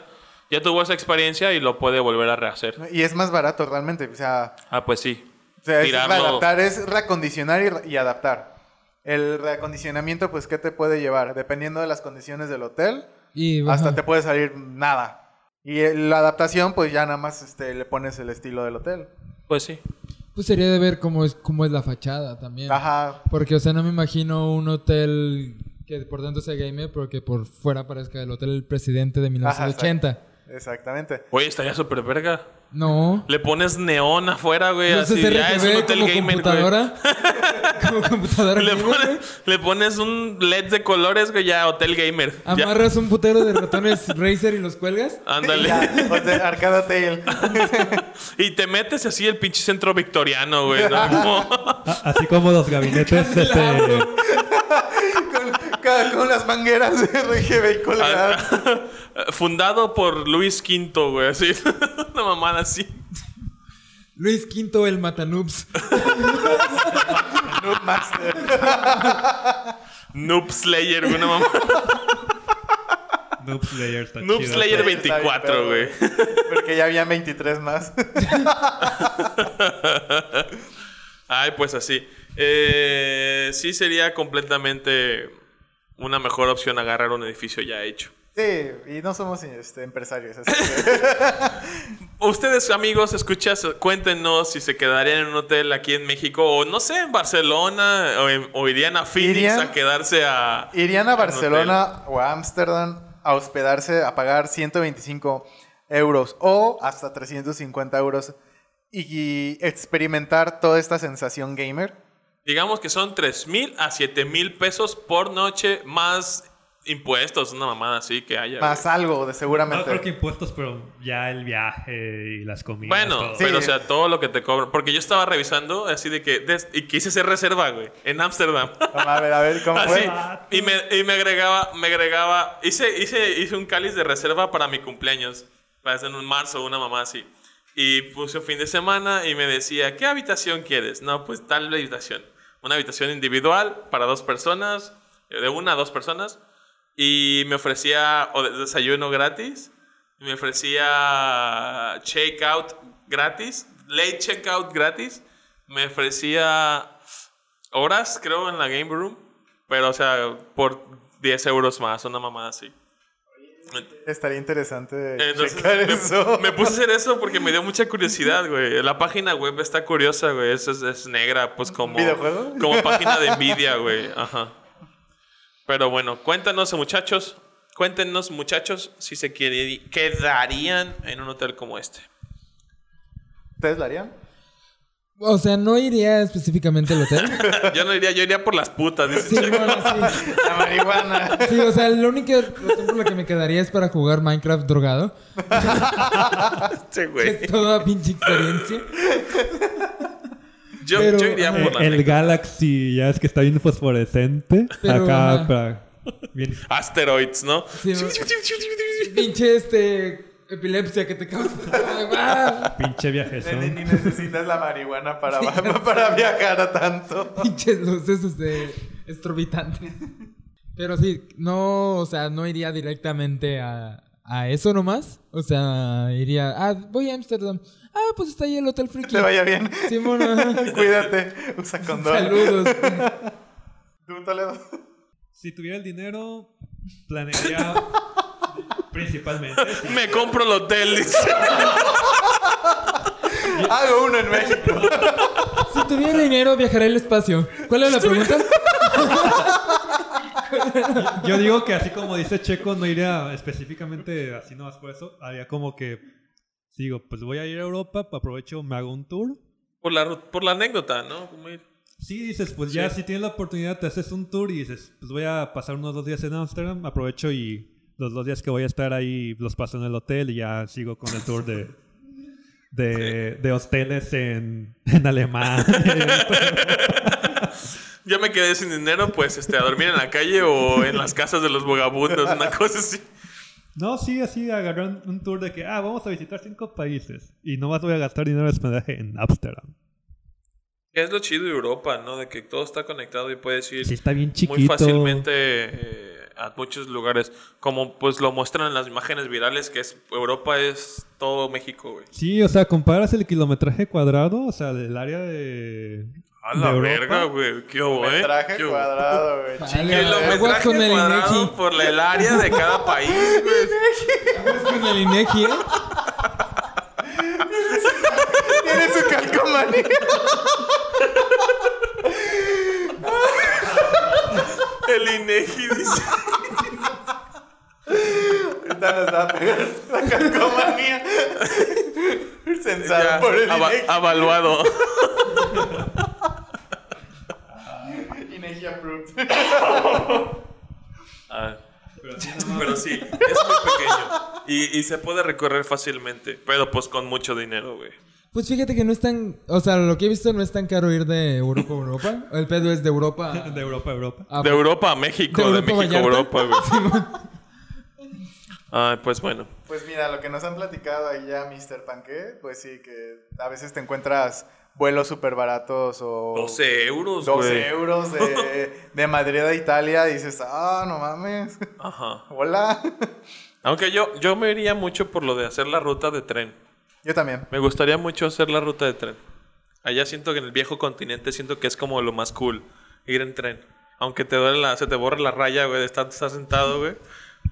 Speaker 2: ya tuvo esa experiencia y lo puede volver a rehacer.
Speaker 3: Y es más barato realmente. O sea,
Speaker 2: Ah, pues sí.
Speaker 3: o sea, es
Speaker 2: Tirarlo.
Speaker 3: readaptar, es reacondicionar y, re- y adaptar. El reacondicionamiento, pues, ¿qué te puede llevar? Dependiendo de las condiciones del hotel,
Speaker 4: Y
Speaker 3: hasta
Speaker 4: ajá.
Speaker 3: te puede salir nada. eh, Y el- la adaptación, pues ya nada más este, le pones el estilo del hotel.
Speaker 2: Pues sí.
Speaker 4: Pues sería de ver cómo es, cómo es la fachada también.
Speaker 3: Ajá.
Speaker 4: Porque, o sea, no me imagino un hotel que por dentro sea gamer, pero que por fuera parezca el hotel del presidente de 1980.
Speaker 3: Exactamente.
Speaker 2: Oye, estaría súper verga.
Speaker 4: No.
Speaker 2: Le pones neón afuera, güey.
Speaker 4: No
Speaker 2: así, ya es un
Speaker 4: CRTV
Speaker 2: hotel
Speaker 4: como
Speaker 2: gamer, güey.
Speaker 4: computadora. como computadora.
Speaker 2: Le
Speaker 4: gamer, güey.
Speaker 2: pones, le pones un LED de colores, güey, ya hotel gamer. Ya.
Speaker 4: Amarras un putero de ratones Razer y los cuelgas.
Speaker 2: Ándale.
Speaker 3: Ya, o sea, Arcada Tale.
Speaker 2: Y te metes así el pinche centro victoriano, güey. ¿no? Como-
Speaker 5: A- Ah, así como los gabinetes este,
Speaker 3: con, ca- con las mangueras de RGB colgadas.
Speaker 2: Fundado por Luis V, güey. Así. Una mamada así.
Speaker 4: Luis V, el Matanubs.
Speaker 2: Ah.
Speaker 3: Noob Master.
Speaker 2: Noob Slayer, güey. Una mamada.
Speaker 5: Noob Slayer está
Speaker 2: Noob
Speaker 5: chido.
Speaker 2: Slayer
Speaker 3: Está bien
Speaker 2: 24,
Speaker 3: perro,
Speaker 2: güey.
Speaker 3: Porque ya había 23 más.
Speaker 2: Ay, pues así. Eh, sí sería completamente una mejor opción agarrar un edificio ya hecho.
Speaker 3: Sí, y no somos este, empresarios. así que-
Speaker 2: Ustedes, amigos, escuchas, cuéntenos si se quedarían en un hotel aquí en México o no sé, en Barcelona o, en- o irían a Phoenix
Speaker 3: ¿Irían?
Speaker 2: a quedarse a...
Speaker 3: Irían a
Speaker 2: un
Speaker 3: Barcelona o a Ámsterdam a hospedarse, a pagar 125 euros o hasta 350 euros y experimentar toda esta sensación gamer.
Speaker 2: hotel. Digamos que son 3 mil a 7 mil pesos por noche más impuestos, una mamada así que haya. güey.
Speaker 3: Más algo, de
Speaker 5: No
Speaker 3: seguramente.
Speaker 5: creo que impuestos, pero ya el viaje y las comidas.
Speaker 2: Bueno,
Speaker 5: todo.
Speaker 3: sí.
Speaker 2: pero o sea, todo lo que te cobran. Porque yo estaba revisando así de que... des- y quise hacer reserva, güey, en Ámsterdam.
Speaker 3: A ver, a ver, ¿cómo
Speaker 2: Ah,
Speaker 3: fue?
Speaker 2: sí. Y me, y me agregaba, me agregaba, hice, hice, hice un cáliz de reserva para mi cumpleaños, para hacer en un marzo, una mamá así. Y puse un fin de semana y me decía, ¿qué habitación quieres? No, pues tal habitación. Una habitación individual para dos personas, eh, de una a dos personas. Y me ofrecía o- desayuno gratis, me ofrecía checkout gratis, late checkout gratis, me ofrecía horas, creo, en la Game Room. Pero, o sea, por 10 euros más, una mamada así. eh,
Speaker 3: Estaría interesante
Speaker 2: Entonces,
Speaker 3: checar
Speaker 2: me-
Speaker 3: eso.
Speaker 2: Me, puse a hacer eso porque me dio mucha curiosidad, güey. La página web está curiosa, güey. Es, es, es negra, pues como.
Speaker 3: ¿Videojuego?
Speaker 2: Como página de envidia, güey. Ajá. Pero bueno, cuéntanos, muchachos. Cuéntenos, muchachos, si se quiere- quedarían en un hotel como este.
Speaker 3: ¿Ustedes lo harían?
Speaker 4: O sea, no iría específicamente al hotel.
Speaker 2: Yo no iría, yo iría por las putas, dice
Speaker 4: Sí,
Speaker 2: Checo.
Speaker 4: bueno, sí.
Speaker 3: La marihuana.
Speaker 4: Sí, o sea, la única razón por la que me quedaría es para jugar Minecraft drogado.
Speaker 2: Este
Speaker 4: que
Speaker 2: güey.
Speaker 4: es toda pinche experiencia.
Speaker 2: Yo,
Speaker 4: Pero,
Speaker 2: yo iría
Speaker 4: ajá.
Speaker 2: por las
Speaker 5: Eh, El Galaxy ya es que está bien fosforescente.
Speaker 4: Pero,
Speaker 5: acá,
Speaker 4: ajá.
Speaker 5: para, bien,
Speaker 2: asteroids, ¿no?
Speaker 4: Sí, ¿no? pinche este epilepsia que te causa.
Speaker 5: pinche
Speaker 3: Ni,
Speaker 5: viajezón.
Speaker 3: ni necesitas la marihuana para, para viajar a tanto.
Speaker 4: Pinches luces este, estrobitantes. Pero sí, no, o sea, no iría directamente a, a eso nomás. O sea, iría, ah, voy a Ámsterdam. Ah, pues está ahí el Hotel Friki.
Speaker 3: Te vaya bien.
Speaker 4: Simón, ajá.
Speaker 3: Cuídate. Usa condón.
Speaker 4: Saludos.
Speaker 3: ¿Tú, Toledo?
Speaker 5: Si tuviera el dinero, planearía principalmente.
Speaker 2: Me compro el hotel, dice.
Speaker 3: Hago uno en México.
Speaker 4: Si tuviera dinero, viajaría al espacio. ¿Cuál es la pregunta?
Speaker 5: Yo digo que así como dice Checo, no iría específicamente así nomás por eso. Haría como que, si digo, pues voy a ir a Europa, aprovecho, me hago un tour.
Speaker 2: Por la, ru- por la anécdota, ¿no? Como ir-
Speaker 5: Sí, dices, pues ya
Speaker 2: Sí.
Speaker 5: si tienes la oportunidad te haces un tour y dices, pues voy a pasar unos dos días en Ámsterdam, aprovecho y los dos días que voy a estar ahí los paso en el hotel y ya sigo con el tour de, de, de hosteles en, en Alemania.
Speaker 2: Yo me quedé sin dinero, pues, este, a dormir en la calle o en las casas de los vagabundos, una cosa así.
Speaker 5: no, sí, así agarrar un- un tour de que, ah, vamos a visitar cinco países y nomás voy a gastar dinero de hospedaje en Ámsterdam.
Speaker 2: Es lo chido de Europa, ¿no? De que todo está conectado y puedes ir
Speaker 5: Sí, está bien chiquito.
Speaker 2: muy fácilmente eh, a muchos lugares. Como, pues, lo muestran en las imágenes virales, que es Europa es todo México, güey.
Speaker 5: Sí, o sea, comparas el kilometraje cuadrado, o sea, del área de...
Speaker 2: A
Speaker 5: de
Speaker 2: la
Speaker 5: Europa.
Speaker 2: verga, güey. Qué hubo, eh.
Speaker 3: Me traje
Speaker 2: ¿Qué hubo?
Speaker 3: cuadrado, güey.
Speaker 4: Vale, aguas
Speaker 2: Kilometraje
Speaker 4: con el Inegi.
Speaker 2: cuadrado por la- el área de cada país, güey.
Speaker 4: Aguas con el Inegi, ¿eh?
Speaker 3: Tiene su calcomanía. manía.
Speaker 2: El Inegi dice.
Speaker 3: Esta nos va a pegar la calcomanía. Censado
Speaker 2: ya,
Speaker 3: por el
Speaker 2: ava-
Speaker 3: INEGI.
Speaker 2: avaluado.
Speaker 3: INEGI approved.
Speaker 2: Ah, Pero sí, es muy pequeño. Y, y se puede recorrer fácilmente. Pero pues con mucho dinero, güey.
Speaker 4: Pues fíjate que no es tan. O sea, lo que he visto no es tan caro ir de Europa a Europa. El pedo es de Europa a.
Speaker 5: De Europa a Europa.
Speaker 4: a-
Speaker 2: Ah, De Europa a México, de,
Speaker 4: de Europa a
Speaker 2: México a
Speaker 4: Vallarta.
Speaker 2: Europa, güey. Ay, pues bueno.
Speaker 3: Pues mira, lo que nos han platicado ahí ya, Mr. Panqué, pues sí, que a veces te encuentras vuelos súper baratos o...
Speaker 2: 12 euros,
Speaker 3: 12
Speaker 2: güey.
Speaker 3: euros de, de Madrid a Italia. Dices, ah, no mames.
Speaker 2: Ajá.
Speaker 3: Hola.
Speaker 2: Aunque yo, yo me iría mucho por lo de hacer la ruta de tren.
Speaker 3: Yo también.
Speaker 2: Me gustaría mucho hacer la ruta de tren. Allá siento que en el viejo continente siento que es como lo más cool ir en tren. Aunque te duele la, se te borre la raya, güey, de estar, estar sentado, güey.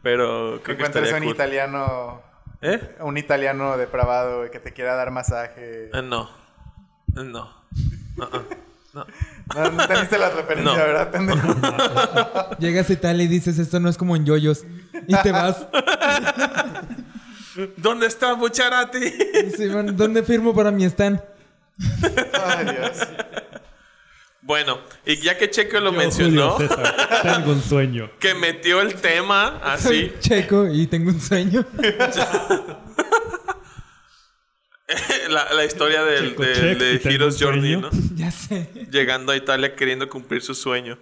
Speaker 2: Pero creo
Speaker 3: Que
Speaker 2: que
Speaker 3: encuentres
Speaker 2: estaría
Speaker 3: un
Speaker 2: cool.
Speaker 3: italiano...
Speaker 2: ¿Eh?
Speaker 3: Un italiano depravado güey, que te quiera dar masaje.
Speaker 2: Eh, No. Eh, No. Ah, ah. No.
Speaker 3: No, no teniste la referencia,
Speaker 2: No.
Speaker 3: ¿verdad, pendejo?
Speaker 4: Llegas a Italia y dices, esto no es como en yoyos. Y te vas.
Speaker 2: ¿Dónde está Bucharati?
Speaker 4: Sí, bueno, ¿Dónde firmo para mi stand?
Speaker 3: Ay, Dios.
Speaker 2: Bueno, y ya que Checo lo
Speaker 5: Yo,
Speaker 2: mencionó,
Speaker 5: Julio César, tengo un sueño.
Speaker 2: que metió el tema así.
Speaker 4: Soy checo y tengo un sueño.
Speaker 2: la, la historia del,
Speaker 5: Checo,
Speaker 2: del-
Speaker 5: checo,
Speaker 2: de
Speaker 5: si tengo
Speaker 2: Heroes
Speaker 5: un
Speaker 2: Journey,
Speaker 5: sueño.
Speaker 2: ¿no?
Speaker 4: ya sé.
Speaker 2: Llegando a Italia queriendo cumplir su sueño.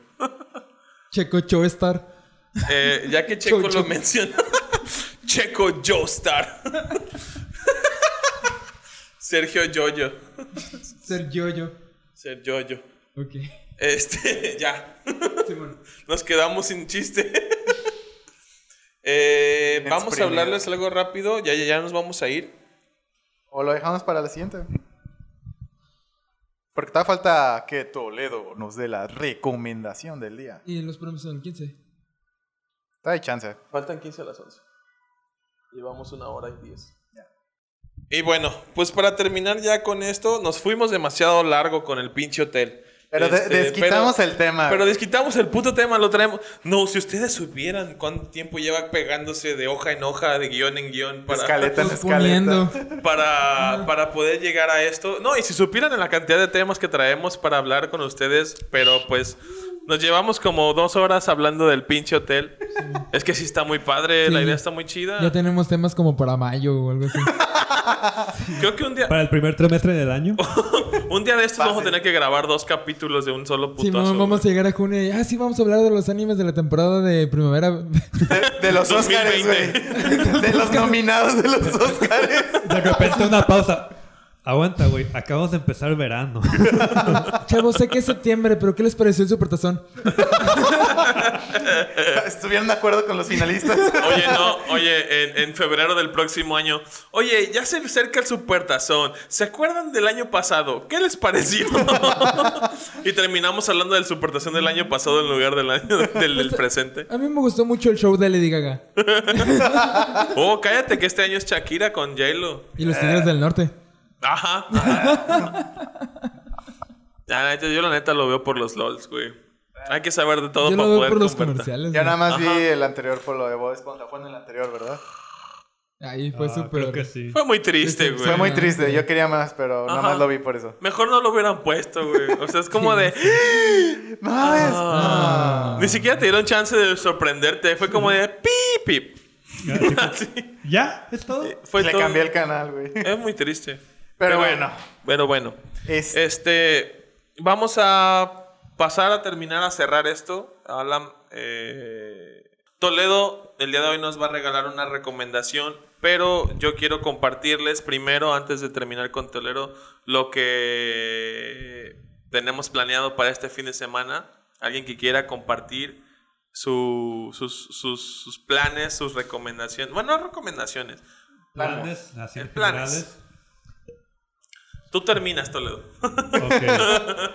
Speaker 4: Checo Choestar.
Speaker 2: Eh, ya que Checo
Speaker 4: Chocho.
Speaker 2: lo mencionó. Checo Joestar. Sergio Yoyo.
Speaker 4: Ser yoyo.
Speaker 2: Ser Yoyo.
Speaker 4: Ok.
Speaker 2: Este, ya.
Speaker 4: Sí, bueno.
Speaker 2: Nos quedamos sin chiste. Eh, vamos a
Speaker 3: Exprimido.
Speaker 2: hablarles algo rápido. Ya, ya, ya nos vamos a ir.
Speaker 3: O lo dejamos para la siguiente. Porque todavía falta que Toledo nos dé la recomendación del día.
Speaker 4: Y los premios son 15.
Speaker 3: Está de chance.
Speaker 2: Faltan 15 a las 11. Llevamos una hora y 10. Y bueno, pues para terminar ya con esto, nos fuimos demasiado largo con el pinche hotel.
Speaker 3: Pero de-
Speaker 2: Este,
Speaker 3: desquitamos
Speaker 2: pero-
Speaker 3: el tema.
Speaker 2: Pero desquitamos el puto tema, lo traemos. No, si ustedes supieran cuánto tiempo lleva pegándose de hoja en hoja, de guión en guión, para,
Speaker 3: escaleta en
Speaker 4: Suponiendo.
Speaker 3: escaleta.
Speaker 2: para, para poder llegar a esto. No, y si supieran en la cantidad de temas que traemos para hablar con ustedes, pero pues nos llevamos como dos horas hablando del pinche hotel. Es que sí está muy padre, la
Speaker 4: Sí.
Speaker 2: idea está muy chida.
Speaker 4: Ya tenemos temas como para mayo o algo así.
Speaker 2: Creo que un día,
Speaker 5: Para el primer trimestre del año.
Speaker 2: un día de estos vamos a
Speaker 3: Fácil.
Speaker 2: tener que grabar dos capítulos de un solo
Speaker 4: Sí,
Speaker 2: putazo.
Speaker 4: vamos a
Speaker 2: güey.
Speaker 4: llegar a junio. y, Ah, sí, vamos a hablar de los animes de la temporada de primavera.
Speaker 3: De, de los Óscares,
Speaker 2: 2020.
Speaker 3: güey. De los nominados de los Óscares.
Speaker 5: De repente una pausa. Aguanta, güey. Acabamos de empezar el verano.
Speaker 4: Chavos, sé que es septiembre, pero ¿qué les pareció el supertazón?
Speaker 3: Estuvieron de acuerdo con los finalistas.
Speaker 2: Oye, no, oye, en, en febrero del próximo año. Oye, ya se acerca el supertazón. ¿Se acuerdan del año pasado? ¿Qué les pareció? y terminamos hablando del supertazón del año pasado en lugar del año del, del presente.
Speaker 4: A mí me gustó mucho el show de Lady Gaga
Speaker 2: Oh, cállate que este año es Shakira con J-Lo.
Speaker 4: y los Tigres del Norte.
Speaker 2: Ajá. Ya, la neta, yo la neta lo veo por los LOLs, güey. Hay que saber de todo
Speaker 4: Yo
Speaker 2: para
Speaker 4: lo veo
Speaker 2: poder
Speaker 4: por los
Speaker 2: conversar.
Speaker 4: comerciales.
Speaker 3: Ya
Speaker 4: güey.
Speaker 3: nada más vi el anterior por lo de Bob Esponja. Fue en el anterior, ¿verdad?
Speaker 4: Ahí fue
Speaker 5: Ah,
Speaker 4: súper.
Speaker 5: Creo que sí.
Speaker 2: Fue muy triste,
Speaker 4: Sí, sí,
Speaker 2: güey.
Speaker 3: Fue muy
Speaker 4: Ah,
Speaker 3: triste. Yo quería más, pero nada
Speaker 2: Ajá.
Speaker 3: más lo vi por eso.
Speaker 2: Mejor no lo hubieran puesto, güey. O sea, es como de...
Speaker 3: ¡No mames!
Speaker 2: Ah. Ni siquiera te dieron chance de sorprenderte. Fue como de pip, pip. Así.
Speaker 5: ¿Ya? ¿Es todo?
Speaker 2: Fue
Speaker 3: Le
Speaker 2: todo. Eh,
Speaker 3: cambié el canal, güey.
Speaker 2: Es muy triste.
Speaker 3: Pero bueno.
Speaker 2: Pero bueno.
Speaker 3: Es-
Speaker 2: Este. Vamos a pasar a terminar a cerrar esto. Alan, eh, Toledo el día de hoy nos va a regalar una recomendación. Pero yo quiero compartirles primero, antes de terminar con Toledo, lo que tenemos planeado para este fin de semana. Alguien que quiera compartir su- sus, sus- sus planes, sus recomendaciones. Bueno, no recomendaciones.
Speaker 5: Planes, así en
Speaker 2: Planes.
Speaker 5: generales.
Speaker 2: Tú terminas, Toledo.
Speaker 5: Ok.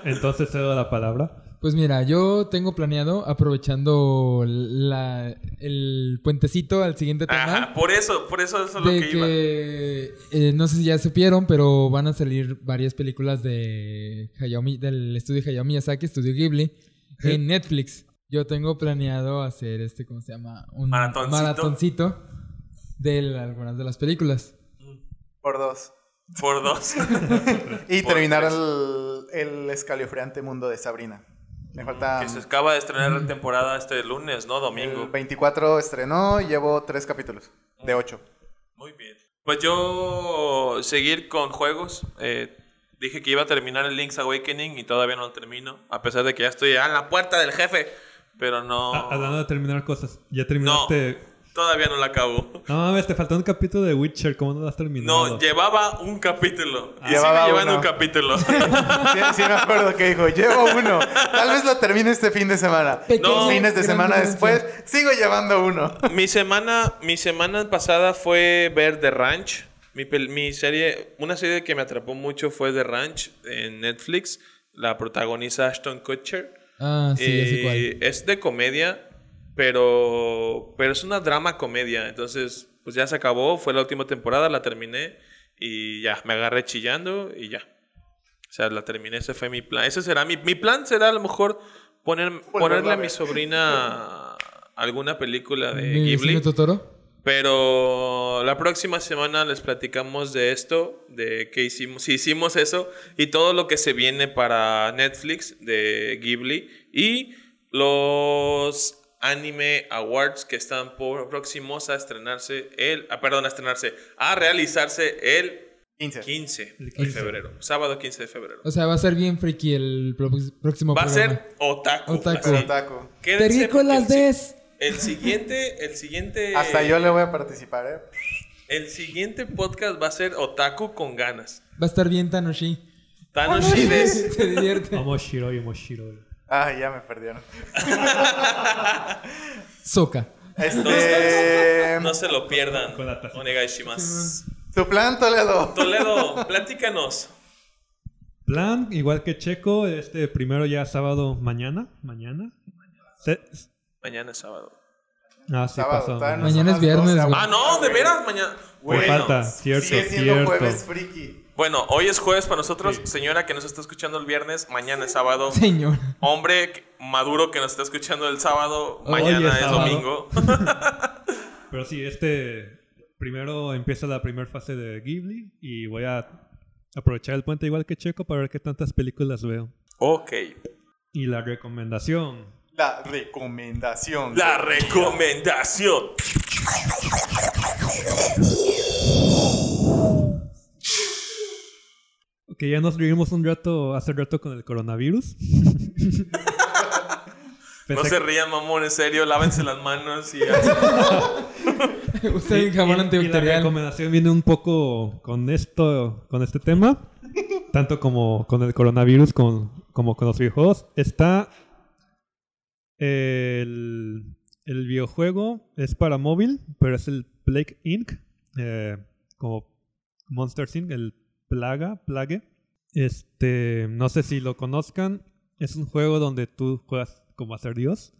Speaker 5: Entonces cedo la palabra.
Speaker 4: Pues mira, yo tengo planeado, aprovechando la, el puentecito al siguiente tema,
Speaker 2: Ajá, por eso, por eso, eso es lo
Speaker 4: de
Speaker 2: que, iba.
Speaker 4: que, eh, no sé si ya supieron, pero van a salir varias películas de Hayao Mi- del estudio Hayao Miyazaki, estudio Ghibli, en Netflix. Yo tengo planeado hacer este, ¿cómo se llama? Un
Speaker 2: Maratoncito.
Speaker 4: maratoncito de la- algunas de las películas.
Speaker 3: Por dos.
Speaker 2: Por dos.
Speaker 3: Y
Speaker 2: Por
Speaker 3: terminar
Speaker 2: tres.
Speaker 3: el, el escalofriante mundo de Sabrina. Me falta. mm,
Speaker 2: que se acaba de estrenar la temporada este lunes, ¿no? Domingo.
Speaker 3: El 24 estrenó y llevo tres capítulos de ocho.
Speaker 2: Muy bien. Pues yo seguir con juegos. Eh, dije que iba a terminar el Link's Awakening y todavía no lo termino. A pesar de que ya estoy en la puerta del jefe. Pero no.
Speaker 5: Ah, Hablando de terminar cosas, ya terminaste.
Speaker 2: Todavía no la acabo.
Speaker 5: No, mames, te faltó un capítulo de Witcher, ¿cómo no lo has terminado?
Speaker 2: No, llevaba un capítulo. Y
Speaker 3: Ah. Llevaba
Speaker 2: sigo llevando
Speaker 3: uno.
Speaker 2: un capítulo.
Speaker 3: Sí, sí me acuerdo que dijo, llevo uno. Tal vez lo termine este fin de semana.
Speaker 4: Pequeña
Speaker 3: Dos
Speaker 2: No.
Speaker 3: fines de
Speaker 4: gran
Speaker 3: semana
Speaker 4: diferencia.
Speaker 3: después, sigo llevando uno.
Speaker 2: mi semana mi semana pasada fue ver The Ranch mi, pel- mi serie una serie que me atrapó mucho fue The Ranch en Netflix la protagoniza Ashton Kutcher
Speaker 4: Ah, sí, es
Speaker 2: Eh,
Speaker 4: igual.
Speaker 2: es de comedia pero pero es una drama comedia entonces pues ya se acabó fue la última temporada la terminé y ya me agarré chillando y ya o sea la terminé ese fue mi plan ese será mi, mi plan será a lo mejor poner, ponerle a
Speaker 3: ver.
Speaker 2: mi sobrina alguna película de
Speaker 4: Mi vecino
Speaker 2: Ghibli
Speaker 4: Totoro.
Speaker 2: pero la próxima semana les platicamos de esto, de que hicimos, si hicimos eso y todo lo que se viene para Netflix de Ghibli y los Anime Awards que están por- próximos a estrenarse el, ah, perdón, a estrenarse, a realizarse el
Speaker 3: 15.
Speaker 2: 15
Speaker 5: El
Speaker 2: de
Speaker 5: 15.
Speaker 2: febrero, sábado 15 de febrero.
Speaker 4: O sea, va a ser bien freaky el pro- próximo
Speaker 2: Va a
Speaker 4: programa.
Speaker 2: ser otaku.
Speaker 4: Otaku.
Speaker 2: así.
Speaker 3: Otaku.
Speaker 2: Quédense
Speaker 4: Películas
Speaker 2: porque el si-
Speaker 4: des.
Speaker 2: El siguiente, el siguiente
Speaker 3: Hasta yo le voy a participar, ¿eh?
Speaker 2: El siguiente podcast va a ser Otaku con ganas.
Speaker 4: Va a estar bien Tanoshi. Ah,
Speaker 2: Tanoshi des.
Speaker 4: Se divierte.
Speaker 5: Omoshiroi, Omoshiroi.
Speaker 3: Ah, ya me perdieron.
Speaker 4: Soka.
Speaker 3: Este.
Speaker 2: No se lo pierdan.
Speaker 5: Con la taza.
Speaker 2: Onegai shimasu.
Speaker 3: Tu plan, Toledo.
Speaker 2: Toledo, platícanos.
Speaker 5: Plan, igual que Checo, este primero ya sábado mañana. Mañana. Se-
Speaker 2: Mañana es sábado.
Speaker 5: ah, sí,
Speaker 3: Sábado,
Speaker 5: pasado.
Speaker 3: todavía no
Speaker 5: mañana.
Speaker 4: Mañana
Speaker 3: son
Speaker 4: es
Speaker 3: las
Speaker 4: viernes,
Speaker 3: 12,
Speaker 4: güey.
Speaker 2: Ah, no, de veras, mañana.
Speaker 3: Güey,
Speaker 5: Por falta, cierto,
Speaker 3: Sigue siendo
Speaker 5: cierto.
Speaker 3: jueves friki.
Speaker 2: Bueno, hoy es jueves para nosotros.
Speaker 5: Sí.
Speaker 2: Señora que nos está escuchando el viernes, mañana es sábado.
Speaker 4: Señor.
Speaker 2: Hombre que- maduro que nos está escuchando el sábado,
Speaker 5: Hoy
Speaker 2: mañana
Speaker 5: es
Speaker 2: es,
Speaker 5: sábado.
Speaker 2: domingo.
Speaker 5: Pero sí, este primero empieza la primera fase de Ghibli y voy a aprovechar el puente igual que Checo para ver qué tantas películas veo.
Speaker 2: ok.
Speaker 5: Y la recomendación.
Speaker 3: La recomendación.
Speaker 2: La recomendación.
Speaker 5: Que ya nos vivimos un rato, hace rato con el coronavirus.
Speaker 2: No
Speaker 5: Pensé
Speaker 2: se rían, mamón, en serio. Lávense las manos y
Speaker 4: Usted en
Speaker 5: Y-
Speaker 4: jabón
Speaker 5: y- Y la
Speaker 4: antibacterial.
Speaker 5: recomendación viene un poco con esto, con este tema, tanto como con el coronavirus, con- como con los videojuegos. Está el, el videojuego, es para móvil, pero es el Plague Inc. eh, como Monsters Inc., el Plaga, Plague. Este, no sé si lo conozcan. Es un juego donde tú juegas como a ser Dios.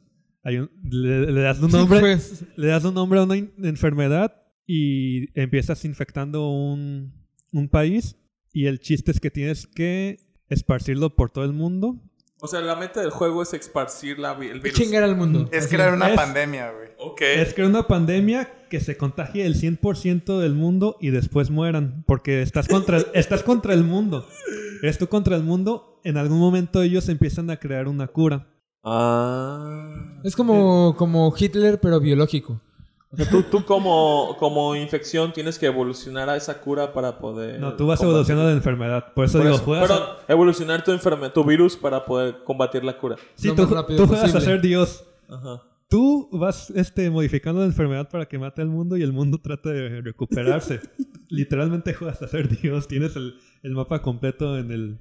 Speaker 5: Hay un- le, le das un nombre.
Speaker 4: Pues,
Speaker 5: Le das un nombre a una in- enfermedad y empiezas infectando un, un país y el chiste es que tienes que esparcirlo por todo el mundo.
Speaker 2: O sea, la meta del juego es esparcir la vi- el virus.
Speaker 4: chingar al mundo.
Speaker 3: Es
Speaker 4: Así.
Speaker 3: crear una
Speaker 5: Es-
Speaker 3: pandemia, güey.
Speaker 2: Ok.
Speaker 4: Eh.
Speaker 5: Es crear una pandemia que se contagie el 100% del mundo y después mueran porque estás contra, estás contra el mundo. Eres tú contra el mundo, en algún momento ellos empiezan a crear una cura.
Speaker 2: Ah.
Speaker 4: Es como, como Hitler, pero biológico.
Speaker 2: O sea, tú, tú como, como infección tienes que evolucionar a esa cura para poder.
Speaker 5: No, tú vas
Speaker 2: combatir-
Speaker 5: evolucionando la enfermedad. Por eso
Speaker 2: Por
Speaker 5: digo,
Speaker 2: eso.
Speaker 5: juegas a-
Speaker 2: Perdón, evolucionar tu enfermedad, tu virus para poder combatir la cura.
Speaker 5: sí,
Speaker 4: Lo
Speaker 5: tú,
Speaker 4: más rápido
Speaker 5: tú juegas a
Speaker 4: posible.
Speaker 5: ser Dios.
Speaker 2: Ajá.
Speaker 5: Tú vas este, modificando la enfermedad para que mate al mundo y el mundo trata de recuperarse. Literalmente juegas a ser Dios, tienes el, el mapa completo en, el,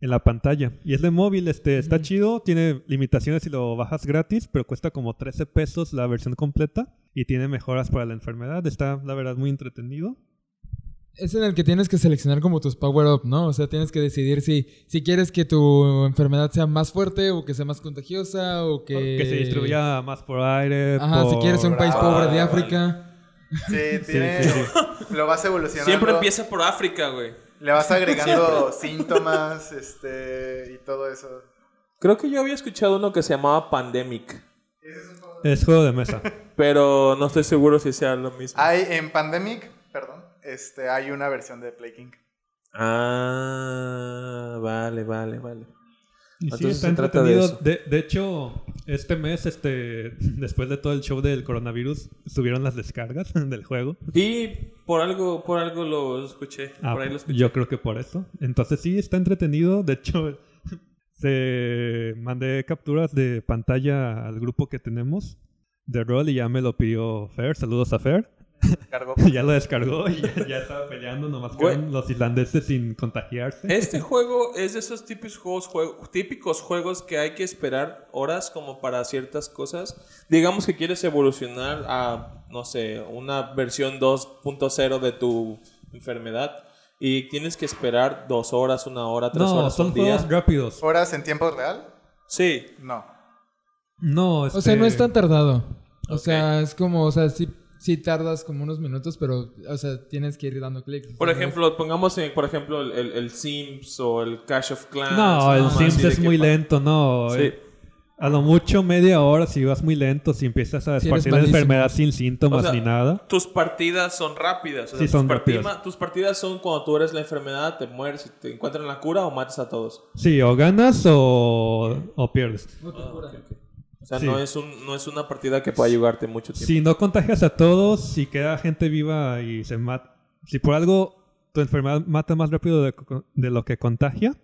Speaker 5: en la pantalla. Y es de móvil, este, está chido, tiene limitaciones si lo bajas gratis, pero cuesta como 13 pesos la versión completa y tiene mejoras para la enfermedad. Está, la verdad, muy entretenido.
Speaker 4: Es en el que tienes que seleccionar como tus power up, ¿no? O sea, tienes que decidir si, si quieres que tu enfermedad sea más fuerte o que sea más contagiosa o que...
Speaker 5: Que se distribuya más por aire.
Speaker 4: Ajá, si
Speaker 5: por-
Speaker 4: quieres un país
Speaker 3: Ah,
Speaker 4: pobre de
Speaker 2: vale.
Speaker 4: África.
Speaker 3: Sí, tiene,
Speaker 5: sí, sí.
Speaker 3: lo vas evolucionando.
Speaker 2: Siempre empieza por África, güey.
Speaker 3: Le vas agregando síntomas, este, y todo eso.
Speaker 2: Creo que yo había escuchado uno que se llamaba Pandemic,
Speaker 5: Es juego de mesa.
Speaker 2: pero no estoy seguro si sea lo mismo.
Speaker 3: Hay en Pandemic, perdón, este, hay una versión de Play King.
Speaker 2: Ah, vale, vale, vale.
Speaker 5: Y sí,
Speaker 2: Entonces
Speaker 5: está
Speaker 2: se trata de
Speaker 5: entretenido.
Speaker 2: eso.
Speaker 5: De, de hecho, este mes, este, después de todo el show del coronavirus, subieron las descargas del juego.
Speaker 2: Y por algo, por algo lo escuché.
Speaker 5: Ah,
Speaker 2: por ahí lo escuché.
Speaker 5: yo creo que por eso. Entonces sí, está entretenido. De hecho, se mandé capturas de pantalla al grupo que tenemos de rol y ya me lo pidió Fer. Saludos a Fer.
Speaker 3: Cargo.
Speaker 5: ya lo descargó y ya, ya estaba peleando nomás
Speaker 2: Güey.
Speaker 5: con los islandeses sin contagiarse.
Speaker 2: Este juego es de esos típicos juegos, juego- típicos juegos que hay que esperar horas como para ciertas cosas. Digamos que quieres evolucionar a, no sé, una versión 2.0 de tu enfermedad y tienes que esperar dos horas, una hora, tres
Speaker 5: No,
Speaker 2: horas,
Speaker 5: son
Speaker 2: un día.
Speaker 5: juegos rápidos.
Speaker 3: ¿Horas en tiempo real?
Speaker 2: Sí,
Speaker 3: No.
Speaker 5: No,
Speaker 4: O sea, no es
Speaker 5: este,
Speaker 4: tan tardado. O
Speaker 2: Ok.
Speaker 4: sea, es como, o sea, sí, sí tardas como unos minutos, pero, o sea, tienes que ir dando clics.
Speaker 2: Por
Speaker 4: O sea, no es-
Speaker 2: ejemplo, pongamos eh, por ejemplo el, el- el Sims o el Clash of Clans.
Speaker 5: No,
Speaker 2: una
Speaker 5: el
Speaker 2: mamá
Speaker 5: Sims
Speaker 2: así de
Speaker 5: es
Speaker 2: que
Speaker 5: muy
Speaker 2: pa-
Speaker 5: lento, no.
Speaker 2: Sí.
Speaker 5: Eh, A lo mucho media hora si vas muy lento, si empiezas a
Speaker 4: Sí, eres
Speaker 5: esparcir la
Speaker 4: malísimo.
Speaker 5: enfermedad sin síntomas
Speaker 2: O sea,
Speaker 5: ni nada.
Speaker 2: Tus partidas son rápidas. o sea,
Speaker 5: Sí, son
Speaker 2: tus, parti-
Speaker 5: rápidas.
Speaker 2: tus partidas son cuando tú eres la enfermedad, te mueres, te encuentran la cura o matas a todos.
Speaker 5: Sí, o ganas o, o pierdes.
Speaker 2: Ah, ok, ok. O sea,
Speaker 5: Sí.
Speaker 2: no, es un, no es una partida que pueda ayudarte mucho tiempo.
Speaker 5: Si no contagias a todos, si queda gente viva y se mata. Si por algo tu enfermedad mata más rápido de, co- de lo que contagia,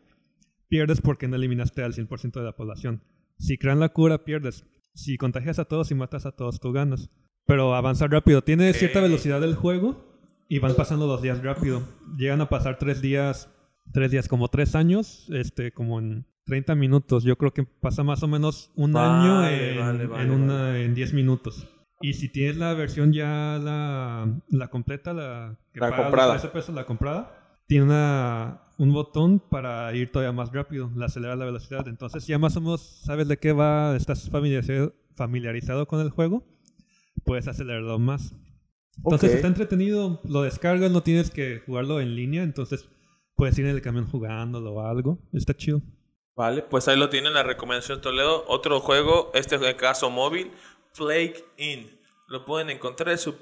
Speaker 5: pierdes porque no eliminaste al 100% de la población. Si crean la cura, pierdes. Si contagias a todos y matas a todos, tú ganas. Pero avanzar rápido. Tiene cierta velocidad el juego y van pasando los días rápido. Llegan a pasar tres días, tres días, como tres años, este, como en 30 minutos. Yo creo que pasa más o menos un año
Speaker 2: Vale,
Speaker 5: en,
Speaker 2: vale, vale,
Speaker 5: en una- en 10 minutos. Y si tienes la versión ya la, la completa, la, que
Speaker 2: La
Speaker 5: paga los
Speaker 2: comprada.
Speaker 5: 13 pesos, la comprada, tiene una- un botón para ir todavía más rápido, la acelera la velocidad. Entonces ya más o menos sabes de qué va, estás familiarizado, familiarizado con el juego, puedes acelerarlo más. Entonces
Speaker 2: Ok.
Speaker 5: está entretenido, lo descargas, no tienes que jugarlo en línea, entonces puedes ir en el camión jugándolo o algo, está chido.
Speaker 2: Vale, pues ahí lo tienen la recomendación Toledo. Otro juego, este es el caso móvil, Flake In. Lo pueden encontrar en su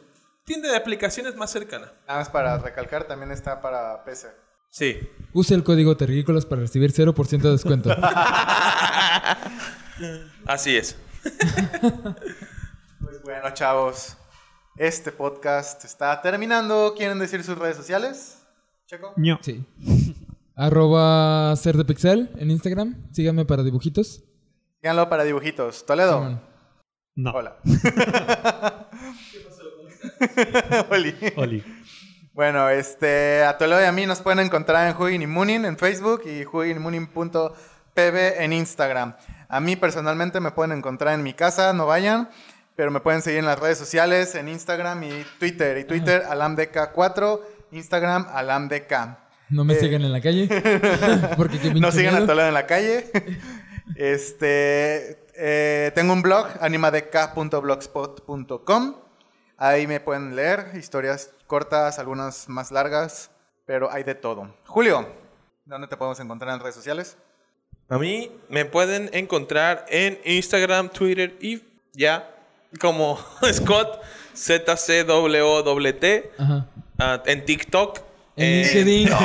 Speaker 2: tienda de aplicaciones más cercana.
Speaker 3: Nada más para recalcar, también está para PC.
Speaker 2: Sí.
Speaker 4: Use el código Terrícolas para recibir 0% de descuento.
Speaker 2: Así es.
Speaker 3: Pues bueno, chavos, este podcast está terminando. ¿Quieren decir sus redes sociales? Checo.
Speaker 5: Ño.
Speaker 4: Sí. Arroba ser de pixel en Instagram. Síganme para dibujitos.
Speaker 3: Díganlo para dibujitos. Toledo.
Speaker 4: Simón.
Speaker 5: No.
Speaker 3: Hola. Oli.
Speaker 5: Oli.
Speaker 3: Bueno, este, a Toledo y a mí nos pueden encontrar en Hugin y Munin en Facebook y huginmunin.pb en Instagram. A mí personalmente me pueden encontrar en mi casa, no vayan, pero me pueden seguir en las redes sociales, en Instagram y Twitter. Y Twitter, alamdk4, Instagram, alamdk.
Speaker 4: No me
Speaker 3: Eh.
Speaker 4: sigan en la calle. Porque qué
Speaker 3: No
Speaker 4: pinche
Speaker 3: sigan a
Speaker 4: miedo.
Speaker 3: Toledo en la calle. Este, eh, tengo un blog, animadk.blogspot.com. Ahí me pueden leer historias cortas, algunas más largas, pero hay de todo. Julio, ¿dónde te podemos encontrar en redes sociales?
Speaker 2: A mí me pueden encontrar en Instagram, Twitter y ya como Scott ZCWWT
Speaker 4: Ajá.
Speaker 2: ah, en TikTok.
Speaker 4: En
Speaker 2: eh,
Speaker 4: LinkedIn.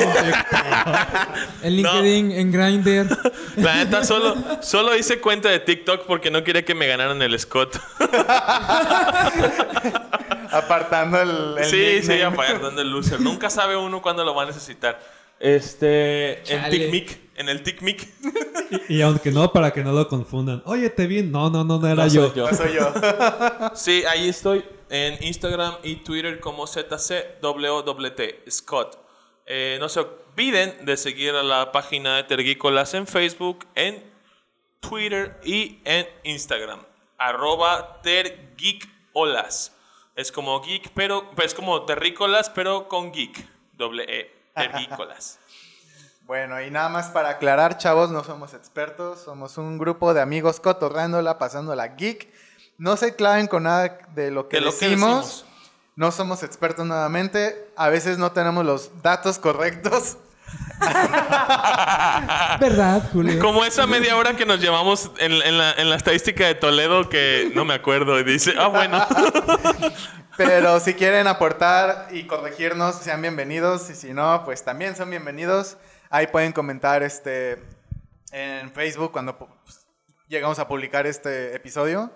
Speaker 4: en LinkedIn, en Grindr.
Speaker 2: La neta solo, solo hice cuenta de TikTok porque no quería que me ganaran el Scott.
Speaker 3: Apartando el. el
Speaker 2: sí, sí,
Speaker 3: nickname.
Speaker 2: apartando el loser. Nunca sabe uno cuándo lo va a necesitar. Este, en
Speaker 4: Chale.
Speaker 2: TikMik, en el TikMik.
Speaker 5: Y, y aunque no, para que no lo confundan. Oye, te vi. No, no, no, no era
Speaker 2: No soy
Speaker 5: yo.
Speaker 2: yo.
Speaker 3: No soy yo.
Speaker 2: Sí, ahí estoy en Instagram y Twitter como ZCWWT Scott. Eh, no se olviden de seguir a la página de Tergícolas en Facebook, en Twitter y en Instagram. Arroba pues, Tergeekolas. Es como geek, pero es como terrícolas, pero con geek. doble E, tergícolas.
Speaker 3: Bueno, y nada más para aclarar, chavos, no somos expertos, somos un grupo de amigos cotorrándola, pasándola geek. No se claven con nada de lo que,
Speaker 2: De lo que
Speaker 3: decimos.
Speaker 2: decimos.
Speaker 3: No somos expertos nuevamente. A veces no tenemos los datos correctos.
Speaker 4: ¿Verdad, Julio?
Speaker 2: Como esa media hora que nos llevamos en, en la, en la estadística de Toledo que no me acuerdo y dice, ah, bueno.
Speaker 3: Pero si quieren aportar y corregirnos, sean bienvenidos. Y si no, pues también son bienvenidos. Ahí pueden comentar este en Facebook cuando pu- pues, llegamos a publicar este episodio.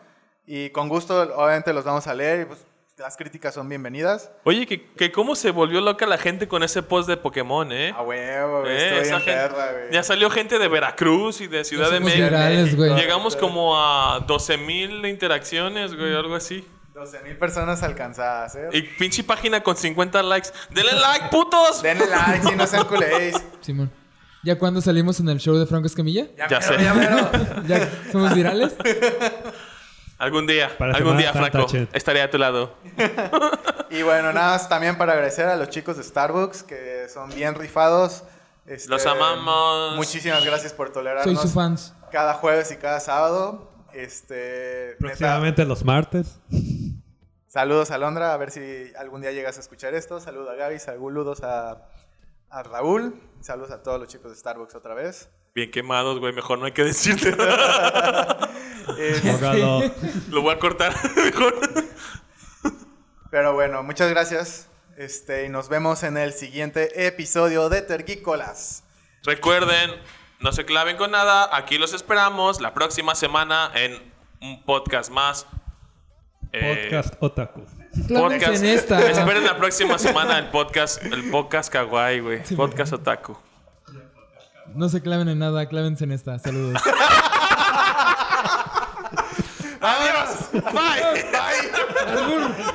Speaker 3: Y con gusto, obviamente, los vamos a leer. Y pues, las críticas son bienvenidas.
Speaker 2: Oye, que, que cómo se volvió loca la gente con ese post de Pokémon, ¿eh?
Speaker 3: A huevo, Ah, güey,
Speaker 2: Eh,
Speaker 3: estoy
Speaker 2: esa
Speaker 3: bien
Speaker 2: gente-
Speaker 3: perra, güey.
Speaker 2: Ya salió gente de Veracruz y de Ciudad de
Speaker 4: somos
Speaker 2: México.
Speaker 4: virales, güey.
Speaker 2: Llegamos como a 12.000 interacciones, güey, algo así.
Speaker 3: 12 mil personas alcanzadas, ¿eh?
Speaker 2: Y pinche página con 50 likes. ¡Denle like, putos!
Speaker 3: Denle like si no sean culéis.
Speaker 4: Simón. ¿Ya cuando salimos en el show de Franco Escamilla?
Speaker 2: Ya sé.
Speaker 3: mero.
Speaker 4: ¿Ya somos virales?
Speaker 2: Algún día,
Speaker 5: Para
Speaker 2: algún
Speaker 5: Semana
Speaker 2: día,
Speaker 5: Santa,
Speaker 2: Franco,
Speaker 5: che.
Speaker 2: estaré a tu lado.
Speaker 3: Y bueno, nada más también para agradecer a los chicos de Starbucks que son bien rifados. Este,
Speaker 2: Los amamos.
Speaker 3: Muchísimas gracias por
Speaker 4: Soy su
Speaker 3: tolerarnos
Speaker 4: fans.
Speaker 3: cada jueves y cada sábado. Este, neta,
Speaker 5: Próximamente los martes.
Speaker 3: saludos a Londra, a ver si algún día llegas a escuchar esto. Saludos a Gaby, saludos a, a Raúl. Saludos a todos los chicos de Starbucks otra vez.
Speaker 2: Bien quemados, güey, mejor no hay que decirte.
Speaker 3: Eh,
Speaker 5: Abogado.
Speaker 2: Lo voy a cortar, mejor.
Speaker 3: Pero bueno, muchas gracias. Este, y nos vemos en el siguiente episodio de Tergícolas.
Speaker 2: Recuerden, no se claven con nada. Aquí los esperamos la próxima semana en un podcast más. Eh,
Speaker 5: Podcast Otaku.
Speaker 4: Clámense
Speaker 2: podcast.
Speaker 4: en esta.
Speaker 2: Esperen la próxima semana el podcast, el podcast kawaii, güey. Podcast otaku.
Speaker 4: No se claven en nada, clávense en esta. Saludos.
Speaker 3: ¡Adiós!
Speaker 2: Bye.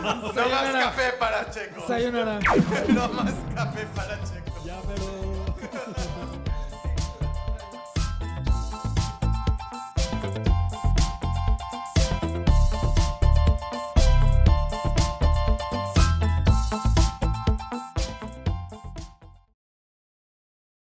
Speaker 3: No más café para Checo.
Speaker 4: Sayonara.
Speaker 3: No más café para Checo.
Speaker 5: Ya, pero.